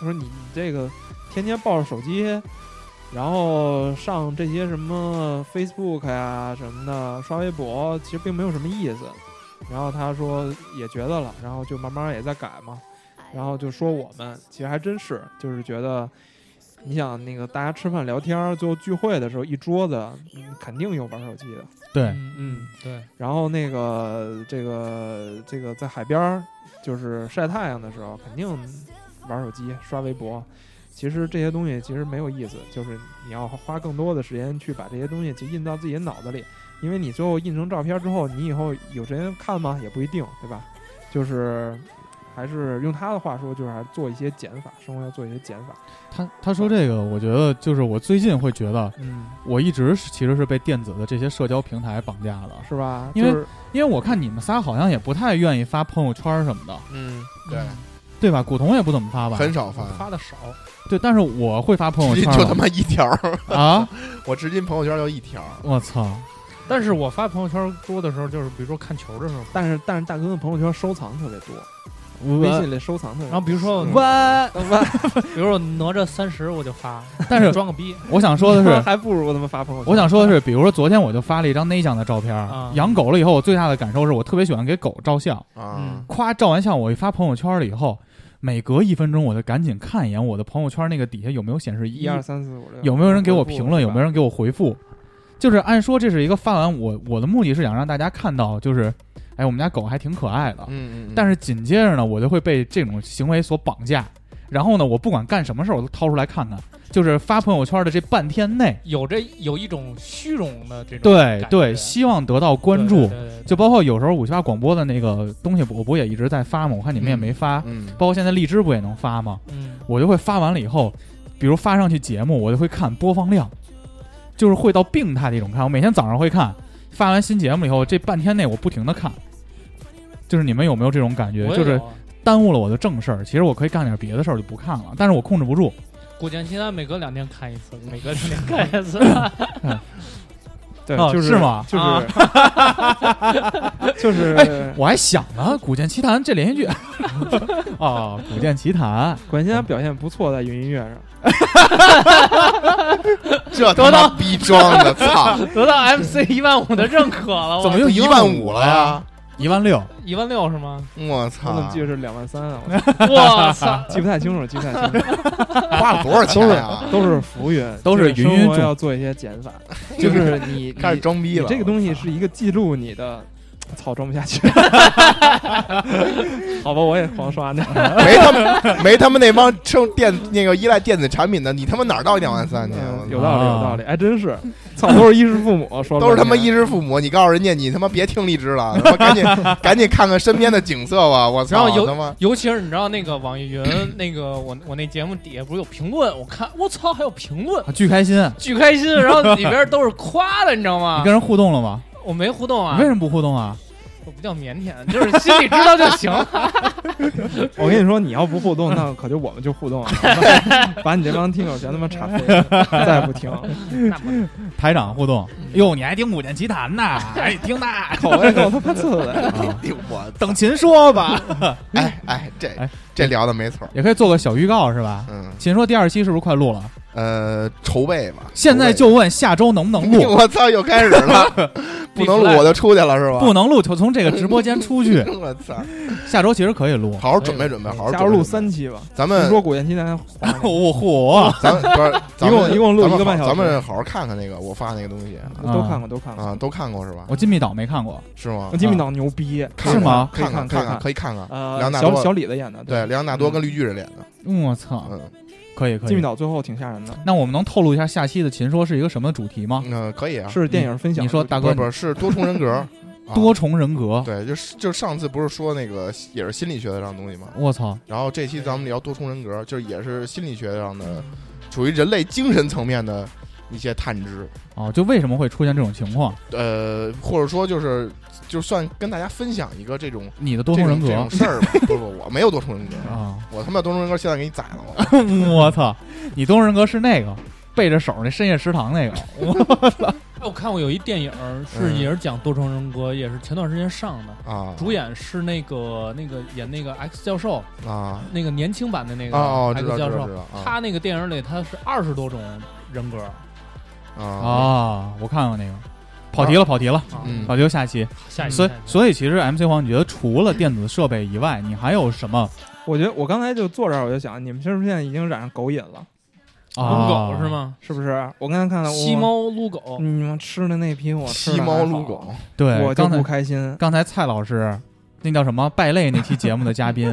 E: 他说你你这个天天抱着手机，然后上这些什么 Facebook 呀、什么的，刷微博，其实并没有什么意思。”然后他说也觉得了，然后就慢慢也在改嘛。然后就说我们其实还真是，就是觉得，你想那个大家吃饭聊天儿，最后聚会的时候一桌子，嗯肯定有玩手机的。
C: 对，
F: 嗯，对，
E: 然后那个这个这个在海边儿，就是晒太阳的时候，肯定玩手机、刷微博。其实这些东西其实没有意思，就是你要花更多的时间去把这些东西去印到自己的脑子里，因为你最后印成照片之后，你以后有时间看吗？也不一定，对吧？就是还是用他的话说，就是还是做一些减法，生活要做一些减法。
C: 他他说这个，我觉得就是我最近会觉得，
E: 嗯，
C: 我一直是其实是被电子的这些社交平台绑架的，
E: 是吧？
C: 因为
E: 就是
C: 因为我看你们仨好像也不太愿意发朋友圈什么的，
E: 嗯，
D: 对，
C: 对吧？古潼也不怎么发吧？
D: 很少发
F: 我，
E: 啊
F: 发的少，
C: 对，但是我会发朋友
D: 至今
C: 圈
D: 就他
C: 了
D: 妈一条，
C: 啊！
D: 我至今朋友圈就一条。
C: 我操，
F: 但是我发朋友圈多的时候，就是比如说看球的时候，
E: 但是但是大哥的朋友圈收藏特别多，微
C: 我
E: 信里收藏特别多。
F: 然后比如说我，
E: 弯弯，
F: 比如说我哪吒三十我就发，
C: 但是
F: 装个逼
C: 我想说的是，
E: 还不如他妈发朋友圈。
C: 我想说的是，比如说昨天我就发了一张内向的照片儿
F: 啊，
C: 养狗了以后，我最大的感受是我特别喜欢给狗照相，
F: 嗯
D: 啊，
C: 夸照完相我一发朋友圈了以后，每隔一分钟我就赶紧看一眼我的朋友圈那个底下有没有显示
E: 一二三四五六，
C: 有没有人给我评论，有没有
E: 人？
C: 人给我回复。就是按说这是一个发完我我的目的是想让大家看到，就是哎我们家狗还挺可爱的，
D: 嗯嗯，
C: 但
D: 是
C: 是紧接着呢我就会被这种行为所绑架，然后呢我不管干什么事儿我都掏出来看看，就是发朋友圈的这半天内，
F: 有这有一种虚荣的这种
C: 对
F: 感觉
C: 对，希望得到关
F: 对
C: 注，
F: 对对对
C: 就包括有时候五七八广播的那个东西，我不也一直在发吗？我看你们也没发，
D: 嗯，
C: 包括现在荔枝不也能发吗？
F: 嗯，
C: 我就会发完了以后，比如发上去节目，我就会看播放量，就是会到病态的一种看。我每天早上会看，发完新节目以后，这半天内我不停的看。就是你们有没有这种感觉？
F: 我也
C: 就是
F: 有啊
C: 耽误了我的正事儿，其实我可以干点别的事儿就不看了，但是我控制不住。
F: 古剑奇谭每隔两天看一次，每隔两天看一 次，
E: 对，
C: 啊
E: 就是
C: 是吗
E: 就是
F: 啊
E: 啊 就是
C: 哎，我还想呢，《古剑奇谭》这连续剧 啊，《古剑奇谭》
E: 管先表现不错，在云音乐上，
D: 这他妈逼装 的，操，
F: 得到 MC 一万五的认可了，
C: 怎么又
D: 一万五了呀？
C: 一万六？
F: 一万六是 吗？
D: 我
E: 我怎么
D: 操
E: 记，得是两万三啊？我
F: 我操！
E: 记不太清楚，记不太清 楚，哎
D: 花了多少钱啊呀？
E: 都是浮云，
C: 都是
E: 就
C: 芸芸
E: 生活
C: 众
E: 要做一些减 法，就是你
D: 开始
E: 你
D: 装逼
E: 你
D: 了。
E: 这个东西是一个记录你的。操，装不下去， 好吧，我也狂刷呢。
D: 没他 们没他们那帮生电那个依赖电子产品的，你他妈哪儿到两万三去？
E: 嗯有
D: 我操
E: 道理，有道
C: 啊
E: 理，还真是，操，都是衣食父 母，说
D: 都是他妈
E: 半天
D: 衣食父母，你告诉人家你他妈别听荔枝 了，他妈赶紧赶紧看看身边的景色吧！我
F: 然
D: 操，
F: 后有
D: 他妈
F: 尤其是你知道那个网易云那个我我那节目底下不是有评论，我看我操还有 评论，
C: 啊巨开心！
F: 巨开心，然后里边都是夸的，你知道
C: 你
F: 吗
C: 跟？人互动了吗？
F: 我没互动啊
C: 你为，什么不互动啊？
F: 我不叫腼腆，就是心里知道就行。
E: 我跟你说，你要不互动，那可就我们就互 动了，把你这帮听友全他妈查飞了，再也不听，
F: 那不
C: 台长互动，哟，你还听《古剑奇谭》 呐？哎，你听那
E: 口味够他妈次的。
C: 啊
D: 哎呦我
C: 等秦说吧，
D: 哎哎这
C: 嗯哎
D: 这聊的没错，
C: 也可以做个小预告是吧？
D: 嗯
C: 秦说第二期是不是快录了？
D: 呃筹备吧，
C: 现在就问下周能不能录？
D: 我操又开始了，不能录我就出去了是吧？，
C: 不能录，就从这个直播间出去。
D: 我操！
C: 下周其实可以录。
D: 好好准备准备，好嗯好
E: 加
D: 准
E: 入
D: 备
E: 录三期吧。
D: 咱
E: 听
D: 们
E: 说古剑奇谭还 你，
C: 我哦嚯！
D: 咱们不 是，
E: 一
D: 咱们
E: 共一共录一个半小时
D: 咱们好好看看那个我发那个东西
E: 都看过，都看
D: 啊，
E: 过。
D: 都看过是吧
C: 我？金密岛没看过，
D: 是吗
E: 那？金敏岛牛逼，
D: 看
C: 是吗
E: 可以
D: 啊
E: 看，
D: 看
E: 可以
D: 看
E: 看。
D: 可以看看。
E: 呃，
D: 梁大
E: 小
D: 多
E: 小李子演的，
D: 对，
E: 对，嗯
D: 梁大
C: 嗯
D: 多跟绿巨人脸的，
C: 我操！
D: 嗯
C: 可以可
E: 金敏
C: 以。
E: 岛最后挺吓人的，
C: 那我们能透露一下下期的秦说是一个什么主题吗？
D: 嗯，可以啊。
E: 是电影分享。
C: 你说大
D: 不
C: 哥
D: 是，不是是多重人格，啊
C: 多重人格，
D: 对，就是就是上次不是说那个也是心理学的这样东西吗？
C: 我操！
D: 然后这期咱们聊多重人格，就是也是心理学上的，属于人类精神层面的一些探知，
C: 哦，就为什么会出现这种情况？
D: 呃，或者说就是就算跟大家分享一个这种
C: 你的多重人
D: 这
C: 格
D: 种这种事儿吧。不不，我没有多重人格，
C: 啊！
D: 我他妈多重人格现在给你宰了我。
C: 我操！你多重人格是那个背着手那深夜食堂那个，
F: 哎我看过有一电影儿是
D: 嗯
F: 也是讲多重人格，也是前段时间上的，
D: 啊
F: 主演是那个那个演那个 X 教授，
D: 啊
F: 那个年轻版的那个
D: 哦哦，知
F: X
D: 道知
F: 教
D: 道
F: 授
D: 知，道啊
F: 他那个电影里他是二十多种人格
D: 啊
C: 啊，我看过那个，跑题了，跑题了，
F: 啊。
D: 嗯
C: 跑题就下期。
F: 下一
C: 所以
F: 下一，
C: 所以其实 MC 黄，你觉得除了电子设备以外，你还有什么
E: 我觉得我刚才就坐这儿，我就想，你们是不是现在已经染上狗瘾了？
F: 撸
C: 啊？
F: 狗是？吗？
E: 是不是？我刚才看到
F: 吸，猫撸狗
E: 我，你们吃的那批我吃的
D: 吸猫
E: 还好
D: 撸狗，，
C: 对，
E: 我就
C: 刚才
E: 不开心。
C: 刚才蔡老师那叫什么败类那期节目的嘉 宾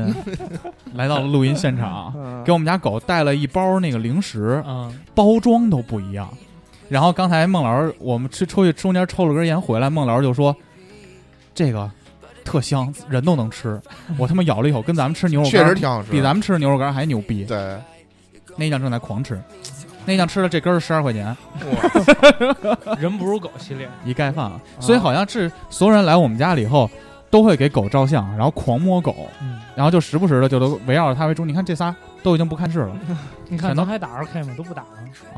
C: 来到了录音现场，
E: 嗯
C: 给，我们家狗带了一包那个零食，
F: 嗯，
C: 包装都不一样。然后刚才孟老师，我们吃出去中间抽了根烟回来，孟老师就说：“这个特香，人都能 吃。”我他妈咬了一口，跟咱们吃牛肉
D: 确
C: 干
D: 实
C: 儿
D: 挺好吃的，
C: 比咱们吃牛肉干儿还牛逼。
D: 对。
C: 那酱正在狂吃，那酱吃了这根儿十二块钱
F: 啊人不如狗系列，
C: 一盖饭，啊、所以好像是所有人来我们家里以后，都会给狗照相，然后狂摸狗，
F: 嗯，
C: 然后就时不时的就都围绕着它为主。你看这仨都已经不看事 了
F: 你
C: 全
F: 看
C: 都
F: 咱还打 RK 吗？都不打了。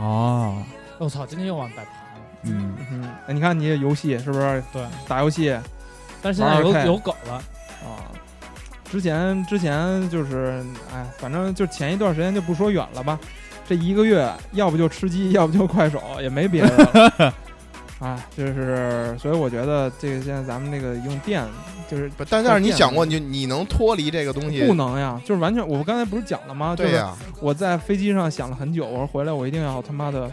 C: 哦，
F: 我操，今天又往摆盘了。
C: 嗯，
E: 嗯，哎你看你这游戏是不是
F: 对，
E: 打游戏啊？
F: 但是现在有
E: 玩 RK
F: 有狗了，
E: 之前之前就是，哎，反正就前一段时间就不说远了吧，这一个月要不就吃鸡，要不就快手，也没别的了。哎，就是，所以我觉得这个现在咱们这个用电就是
D: 不，但但是你想过，你你能脱离这个东西？
E: 不能呀，就是完全，我刚才不是讲了吗？
D: 对呀、
E: 就是我在飞机上想了很久，我说回来我一定要他妈的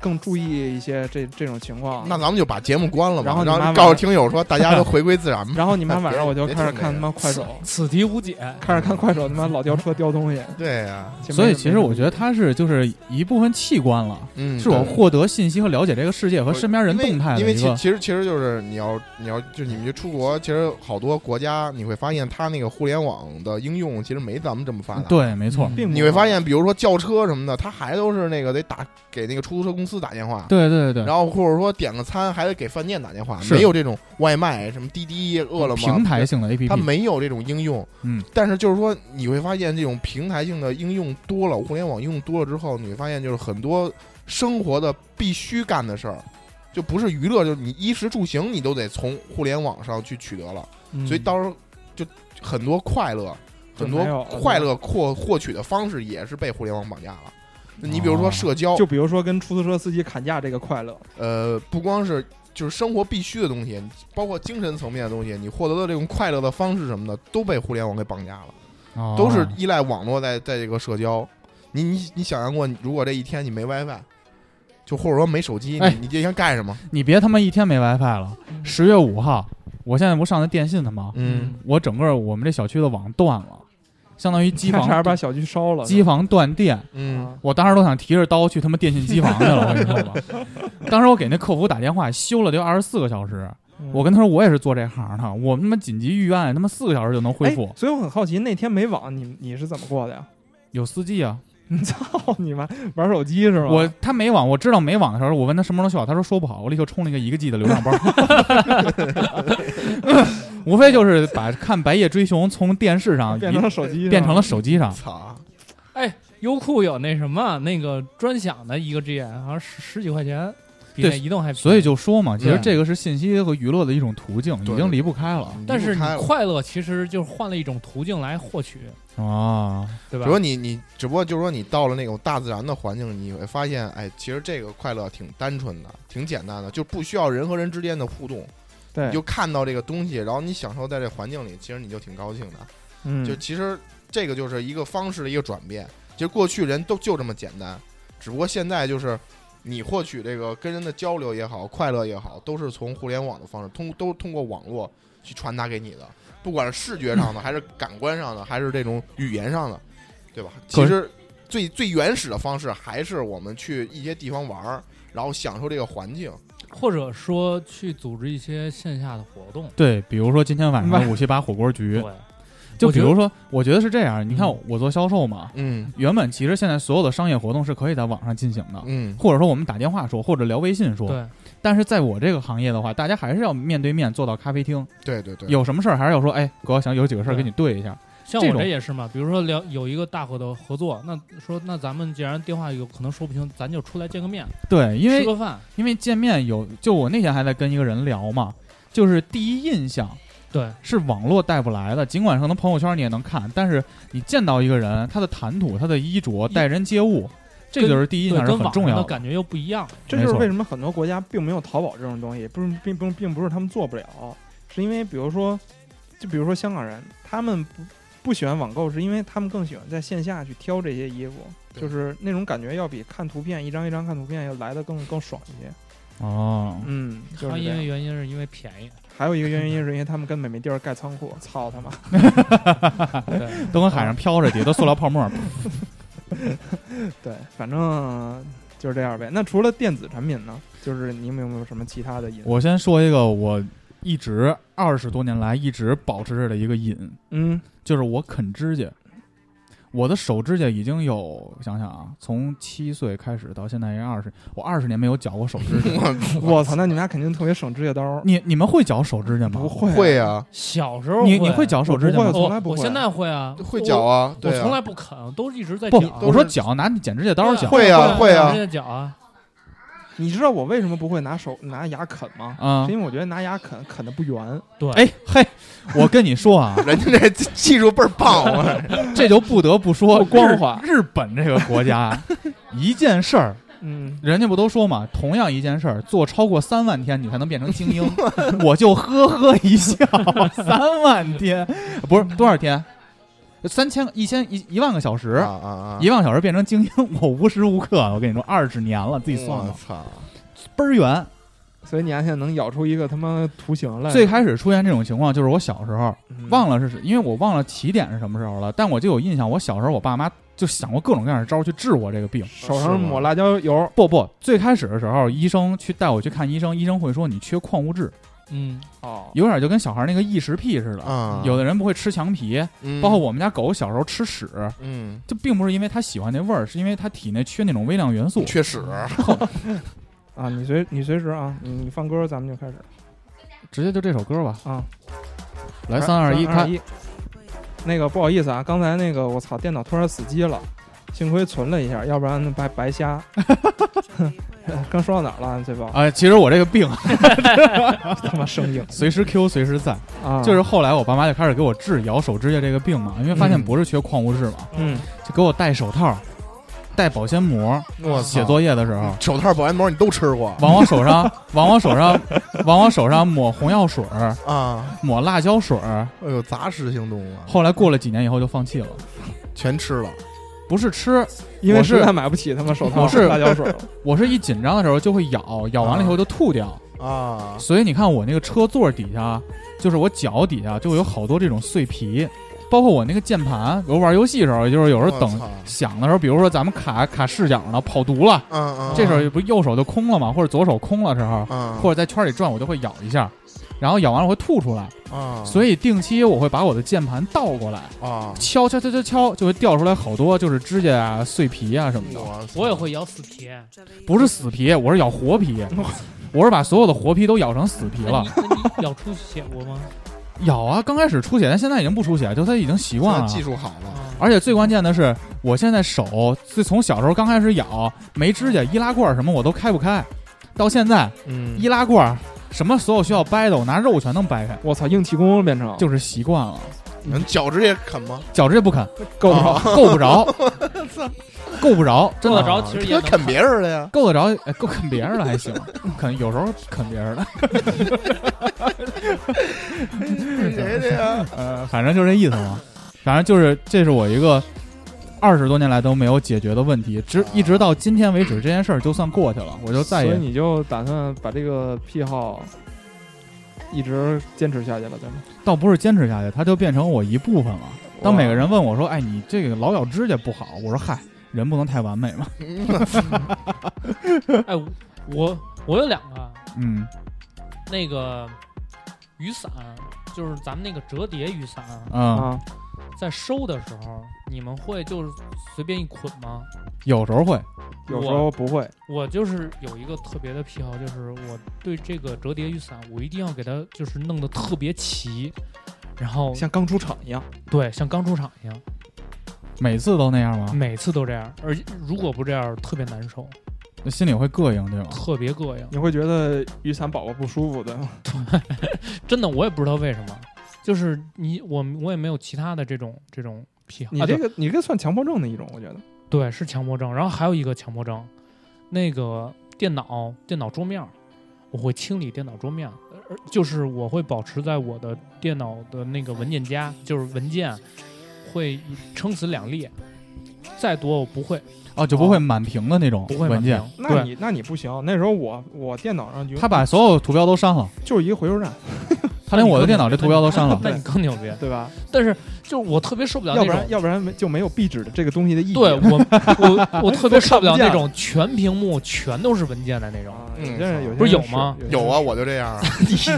E: 更注意一些这这种情况。
D: 那咱们就把节目关了吧，
E: 然后你
D: 然
E: 妈
D: 后
E: 妈
D: 告诉听友说，大家都回归自然吧。
E: 然后你妈晚上我就
D: 别
E: 开始
D: 别听
E: 看
D: 这
E: 他
D: 个
E: 妈快手，
F: 此题无解。
E: 开始看快手他妈老吊车叼东西。
D: 对呀、
E: 就没
C: 所以
E: 什么
C: 其实我觉得它是就是一部分器官了，
D: 嗯，
C: 是我
D: 对
C: 获得信息和了解这个世界和
D: 我
C: 身边人动态
D: 因
C: 的
D: 为
C: 一
D: 因为
C: 个
D: 其其实其实就是你要你要就你们就出国，其实好多国家你会发现它那个互联网的应用其实没咱们这么发达。，
C: 对，没错，
E: 并不
D: 你会发现，比如说轿车什么的，它还都是那个得打给那个出租车公司打电话。
C: 对对对对，
D: 然后或者说点个餐还得给饭店打电话，
C: 是
D: 没有这种外卖什么滴滴、饿了么
C: 平台性的
D: 它
C: APP，
D: 没有这种应用，
C: 嗯，
D: 但是就是说你会发现这种平台性的应用多了，互联网应用多了之后，你会发现就是很多生活的必须干的事儿，就不是娱乐，就是你衣食住行你都得从互联网上去取得了，
E: 嗯
D: 所以到时候就很多快乐，
E: 就
D: 很
E: 没有啊
D: 多
E: 了
D: 快乐获获取的方式也是被互联网绑架了。你比如
C: 哦
D: 说社交，
E: 就比如说跟出租车司机砍价这个快乐，
D: 呃，不光是就是生活必须的东西，包括精神层面的东西，你获得的这种快乐的方式什么的，都被互联网给绑架了。
C: 哦
D: 都是依赖网络在在这个社交。你你你想象过，你如果这一天你没 WiFi，就或者说没手机，
C: 哎
D: 你你这一天干什么？
C: 你别他妈一天没 WiFi 了，十月五号，我现在不上的电信他妈，
D: 嗯，
C: 我整个我们这小区的网断了，相当于机
E: 差点把
C: 房
E: 小区烧了。
C: 机房断电，
D: 嗯，
E: 啊，
C: 我当时都想提着刀去他妈电信机房去 了，我跟你说吧。当时我给那客服打电话，修了得有二十四个小时。
E: 嗯
C: 我跟他说我也是做这行的，我他妈紧急预案，他妈四个小时就能恢复
E: 哎。所以我很好奇，那天没网，你你是怎么过的呀？
C: 有司机啊，
E: 你操你妈，玩手机是吧？
C: 我他没网，我知道没网的时候，我问他什么时候修好，他说说不好，我立刻充了一个一个 G 的流量包。 无非就是把看《白夜追凶》从电视上
E: 变
C: 移
E: 成了手机，
C: 变成了。手机上，
D: 操，
F: 哎，优酷有那什么那个专享的一个 G，好像十十几块钱，比
C: 对
F: 那移动还便宜。
C: 所以就说嘛，其实
D: 对
C: 这个是信息和娱乐的一种途径，已
D: 对
C: 经离不开了
F: 但是你
D: 你
F: 快乐其实就是换了一种途径来获取，
C: 啊。
D: 只
F: 对吧
D: 不？过你你只不过就是说你到了那种大自然的环境，你会发现，哎，其实这个快乐挺单纯的，挺简单的，就不需要人和人之间的互动。
E: 对，
D: 你就看到这个东西，然后你享受在这环境里，其实你就挺高兴的。
E: 嗯
D: 就其实这个就是一个方式的一个转变。就过去人都就这么简单，只不过现在就是你获取这个跟人的交流也好，快乐也好，都是从互联网的方式通都通过网络去传达给你的，不管是视觉上的，还是感官上的，还是这种语言上的，对吧？
C: 可
D: 其实最最原始的方式还是我们去一些地方玩儿，然后享受这个环境。
F: 或者说去组织一些线下的活动。
C: 对，比如说今天晚上
E: 明
C: 的五七八火锅局
F: 对，，
C: 就
F: 我
C: 比
F: 觉得
C: 如说，我觉得是这样。你看
F: 嗯，
C: 我做销售嘛，
D: 嗯
C: 原本其实现在所有的商业活动是可以在网上进行的，
D: 嗯，
C: 或者说我们打电话说，或者聊微信说。
F: 对，
C: 但是在我这个行业的话，大家还是要面对面坐到咖啡厅，
D: 对对对，
C: 有什么事儿还是要说，哎，哥，想有几个事儿跟你对一下。
F: 像
C: 这
F: 我
C: 种
F: 这也是嘛，比如说聊有一个大伙的合作，那说那咱们既然电话有可能说不清，咱就出来见个面，
C: 对，因
F: 吃
C: 为
F: 个饭，
C: 因为见面有，就我那天还在跟一个人聊嘛，就是第一印象
F: 对
C: 是网络带不来的，尽管可能朋友圈你也能看，但是你见到一个人，他的谈吐、他的衣着、待人接物，这个就是第一印
F: 对，
C: 象是
F: 跟
C: 很
F: 网
C: 重
F: 上
C: 要
F: 的感觉又不一样。
E: 这
C: 没
E: 就是
C: 错
E: 为什么很多国家并没有淘宝这种东西，不是并并并不是他们做不了，是因为比如说，就比如说香港人，他们不不喜欢网购，是因为他们更喜欢在线下去挑这些衣服，
D: 对
E: 就是那种感觉要比看图片一张一张看图片要来的更更爽一些。
C: 哦。
E: 嗯，就是
F: 它
E: 这
F: 因为
E: 样。
F: 原因是因为便宜，
E: 还有一个原因是因为他们根本没地儿盖仓库，操他妈！
F: 对，
C: 都跟海上飘着，底下都塑料泡沫。
E: 对，反正就是这样呗。那除了电子产品呢，就是你们有没有什么其他的瘾？
C: 我先说一个，我一直二十多年来一直保持着的一个瘾，
E: 嗯，
C: 就是我啃指甲。我的手指甲已经有，想想啊，从七岁开始到现在也二十，我二十年没有绞过手指 甲。
E: 我操，那你们俩肯定特别省指甲刀。
C: 你你们会绞手指甲吗？
E: 不，会，
D: 会啊，
F: 小时候
C: 你你
F: 会
C: 会绞手指甲
E: 我不？
C: 吗
E: 从来
F: 我
E: 不会
F: 现在会啊，
D: 会脚啊，
F: 我，
D: 对
F: 我
D: 啊，
F: 从来不啃，都一直在
C: 不
F: 绞，，啊
C: 我说绞，拿你剪指甲刀绞。
D: 会啊会啊
F: 直接绞啊，
E: 你知道我为什么不会拿手拿牙啃吗？
C: 啊
E: 是因为我觉得拿牙啃啃的不圆。
F: 对，
C: 哎嘿，我跟你 说啊，
D: 人家这技术倍儿棒，啊我
C: 这就不得不说
E: 不光滑
C: 日日本这个国 家，一件事儿
E: 嗯，
C: 人家不都说嘛，同样一件事儿，做超过三万天你才能变成 精英。我就呵呵一笑， 三万天不是多少天？三千一千一一万个小时，
D: 啊啊啊！
C: 一万个小时变成精英， 我无时无刻，我跟你说二十年了，自己算
D: 我
C: 了，
D: 操！
C: 倍儿圆。
E: 所以你现在能咬出一个他妈图形来。
C: 最开始出现这种情况就是我小时候
E: 嗯
C: 忘了是因为我忘了起点是什么时候了，但我就有印象，我小时候我爸妈就想过各种各样的招儿去治我这个病。
E: 手
D: 是吗
E: 上抹辣椒油。
C: 不不，最开始的时候，医生去带我去看医生，医生会说你缺矿物质，
F: 嗯，
E: 哦，
C: 有点就跟小孩那个异食癖似的。
D: 啊，
C: 有的人不会吃墙皮，
D: 嗯
C: 包括我们家狗小时候吃屎，
D: 嗯，
C: 就并不是因为它喜欢那味儿，是因为它体内缺那种微量元素。
D: 缺屎，
E: 啊，你随你随时啊，你你放歌，咱们就开始
C: 直接就这首歌吧，
E: 啊。
C: 来三二一，
E: 二
C: 看
E: 一。那个不好意思啊，刚才那个我操，电脑突然死机了，幸亏存了一下，要不然那白白 瞎。刚说到哪儿了？这帮
C: 啊！其实我这个病
E: 他妈生 硬
C: 随时 Q 随时在，
E: 啊！
C: 就是后来我爸妈就开始给我治咬手指甲这个病嘛，因为发现
D: 嗯
C: 不是缺矿物质嘛，
E: 嗯，
C: 就给我戴手套，戴保鲜膜，
D: 我
C: 写作业的时候。
D: 手套、保鲜膜你都吃过
C: 往我手 上，往我手上，往我手上抹红药水儿，
D: 啊？
C: 抹辣椒水儿。
D: 哎呦，杂食性动物啊，
C: 后来过了几年以后就放弃了，
D: 全吃了。
C: 不是吃，
E: 因为
C: 我是
E: 实在买不起他妈手套
C: 我是
E: 辣椒水了。
C: 我是一紧张的时候就会咬，咬完了以后就吐掉。
D: 啊，
C: 所以你看我那个车座底下，就是我脚底下就有好多这种碎皮，包括我那个键盘，我玩游戏的时候，就是有时候
D: 我
C: 等
D: 操
C: 响的时候，比如说咱们卡卡视角呢，跑毒了，
D: 嗯嗯，
C: 这时候不是右手就空了嘛，或者左手空了时候，
D: 啊，
C: 或者在圈里转，我就会咬一下，然后咬完了会吐出来。
D: 啊，
C: 所以定期我会把我的键盘倒过来
D: 以啊，
C: 敲敲敲敲敲，就会掉出来好多就是指甲啊、碎皮啊什么的。
D: 我
F: 我也会咬死皮，
C: 不 是死皮，我是咬活 皮，我是把所有的活皮都咬成死皮
F: 那
C: 了
D: 哎
F: 你。那你咬出血过 吗？
C: 咬啊，刚开始出血，但现在已经不出血，就它已经习惯
D: 现在
C: 了。
D: 技术好了，
F: 啊，
C: 而且最关键的是，我现在手自从小时候刚开始咬，没指甲、易拉罐什么我都开不开，到现在
D: 嗯
C: 易拉罐什么所有需要掰的，我拿肉全能掰开，
E: 我操，硬气功变成
C: 就是习惯了。
D: 嗯能脚趾也啃吗？
C: 脚趾也不啃，啊
E: 够不着
C: 够不着，
D: 操，
C: 够不着，真
F: 够得
C: 的啊
F: 着其实
D: 他
F: 也能
D: 啃别人的呀。
C: 够得着，哎够啃别人的还行，啃有时候啃别人的，
D: 谁的呀？
C: 呃，反正就是这意思嘛。反正就是这是我一个二十多年来都没有解决的问题，直一直到今天为止，这件事儿就算过去了，我就再
E: 所以
C: 也
E: 你就打算把这个癖好一直坚持下去了，对吗？
C: 倒不是坚持下去，它就变成我一部分了。当
E: 哇
C: 每个人问我说：“哎，你这个老咬指甲不好。”我说：“嗨，人不能太完美嘛。
F: 哎，我我我有两个，”
C: 嗯，
F: 那个雨伞，就是咱们那个折叠雨伞，
C: 啊、
E: 啊，
F: 在收的时候，你们会就是随便一捆吗？
C: 有时候会，
E: 有时候不会，
F: 我就是有一个特别的癖好，就是我对这个折叠雨伞，我一定要给它就是弄得特别齐，然后
E: 像刚出厂一样。
F: 对像刚出厂一样，
C: 每次都那样
E: 啊
C: 吗？
F: 每次都这样，而如果不这样，特别难受，
E: 嗯
C: 那心里会膈应，对吗？
F: 特别膈应。
E: 你会觉得雨伞宝宝不舒服，对吗？
F: 真的，我也不知道为什么，就是你我我也没有其他的这种这种癖好。
E: 你
F: 啊
E: 这
F: 对
E: 个、你这个算强迫症的一种，我觉得。
F: 对是强迫症，然后还有一个强迫症，那个电脑电脑桌面儿，我会清理电脑桌面儿，而就是我会保持在我的电脑的那个文件夹，就是文件会撑死两列，再多我不会
C: 哦，就不会满屏的那种
F: 不会
C: 文件
F: 满。屏
E: 那
F: 对
E: 你那你不行，那时候我我电脑上就
C: 他把所有图标都删了，
E: 就是一个回收站，
C: 他连我的电脑这图标都删了。
F: 那你更牛逼。
E: 对吧？
F: 但是就是我特别受不了
E: 要
F: 啊那
E: 不
F: 种
E: 然要不然没就没有壁纸的这个东西的意义。
F: 对我，我我特别受不了那
E: 都看不见
F: 种全屏幕全都是文件的 那种。
E: 啊，有
D: 嗯
E: 些人有些
F: 不是
E: 人
F: 有吗
E: 是
D: 有啊，，我就这样 啊。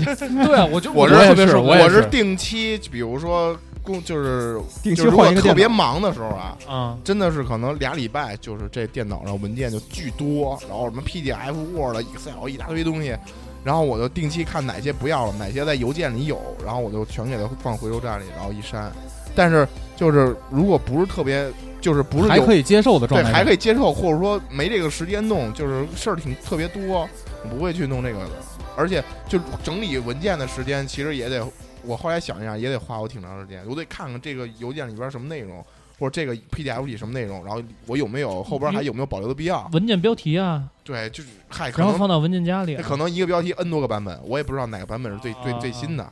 F: 对啊，我就
D: 我
C: 是
D: 是
C: 特
D: 特
C: 别
D: 别
C: 受不了我
D: 我
C: 也
D: 是
C: 是
D: 定期，比如说工就是
E: 定期
D: 就是如
E: 换
D: 果
E: 一个
D: 特
E: 电
D: 别
E: 脑。
D: 忙的时候啊，
F: 啊，
D: 真的是可能俩礼拜，就是这电脑上文件就巨多，然后什么 PDF、Word、Excel 一大堆东西，然后我就定期看哪些不要了，哪些在邮件里有，然后我就全给它放回收站里，然后一删。但是就是如果不是特别，就是不是
C: 还
D: 有
C: 可以接受的状
D: 对
C: 态，
D: 还可
C: 以。
D: 以接受，或者说没这个时间弄，就是事儿挺特别多，我不会去弄这个的。而且就整理文件的时间，其实也得我后来想一下，也得花我挺长时间，我得看看这个邮件里边什么内容，或者这个 PDF 里什么内容，然后我有没有后边还有没有保留的必要？
F: 文件标题啊，
D: 对，就是嗨，哎可
F: 然后
D: 能哎
F: 放到文件夹里啊。
D: 可能一个标题 N 多个版本，我也不知道哪个版本是最最最新的。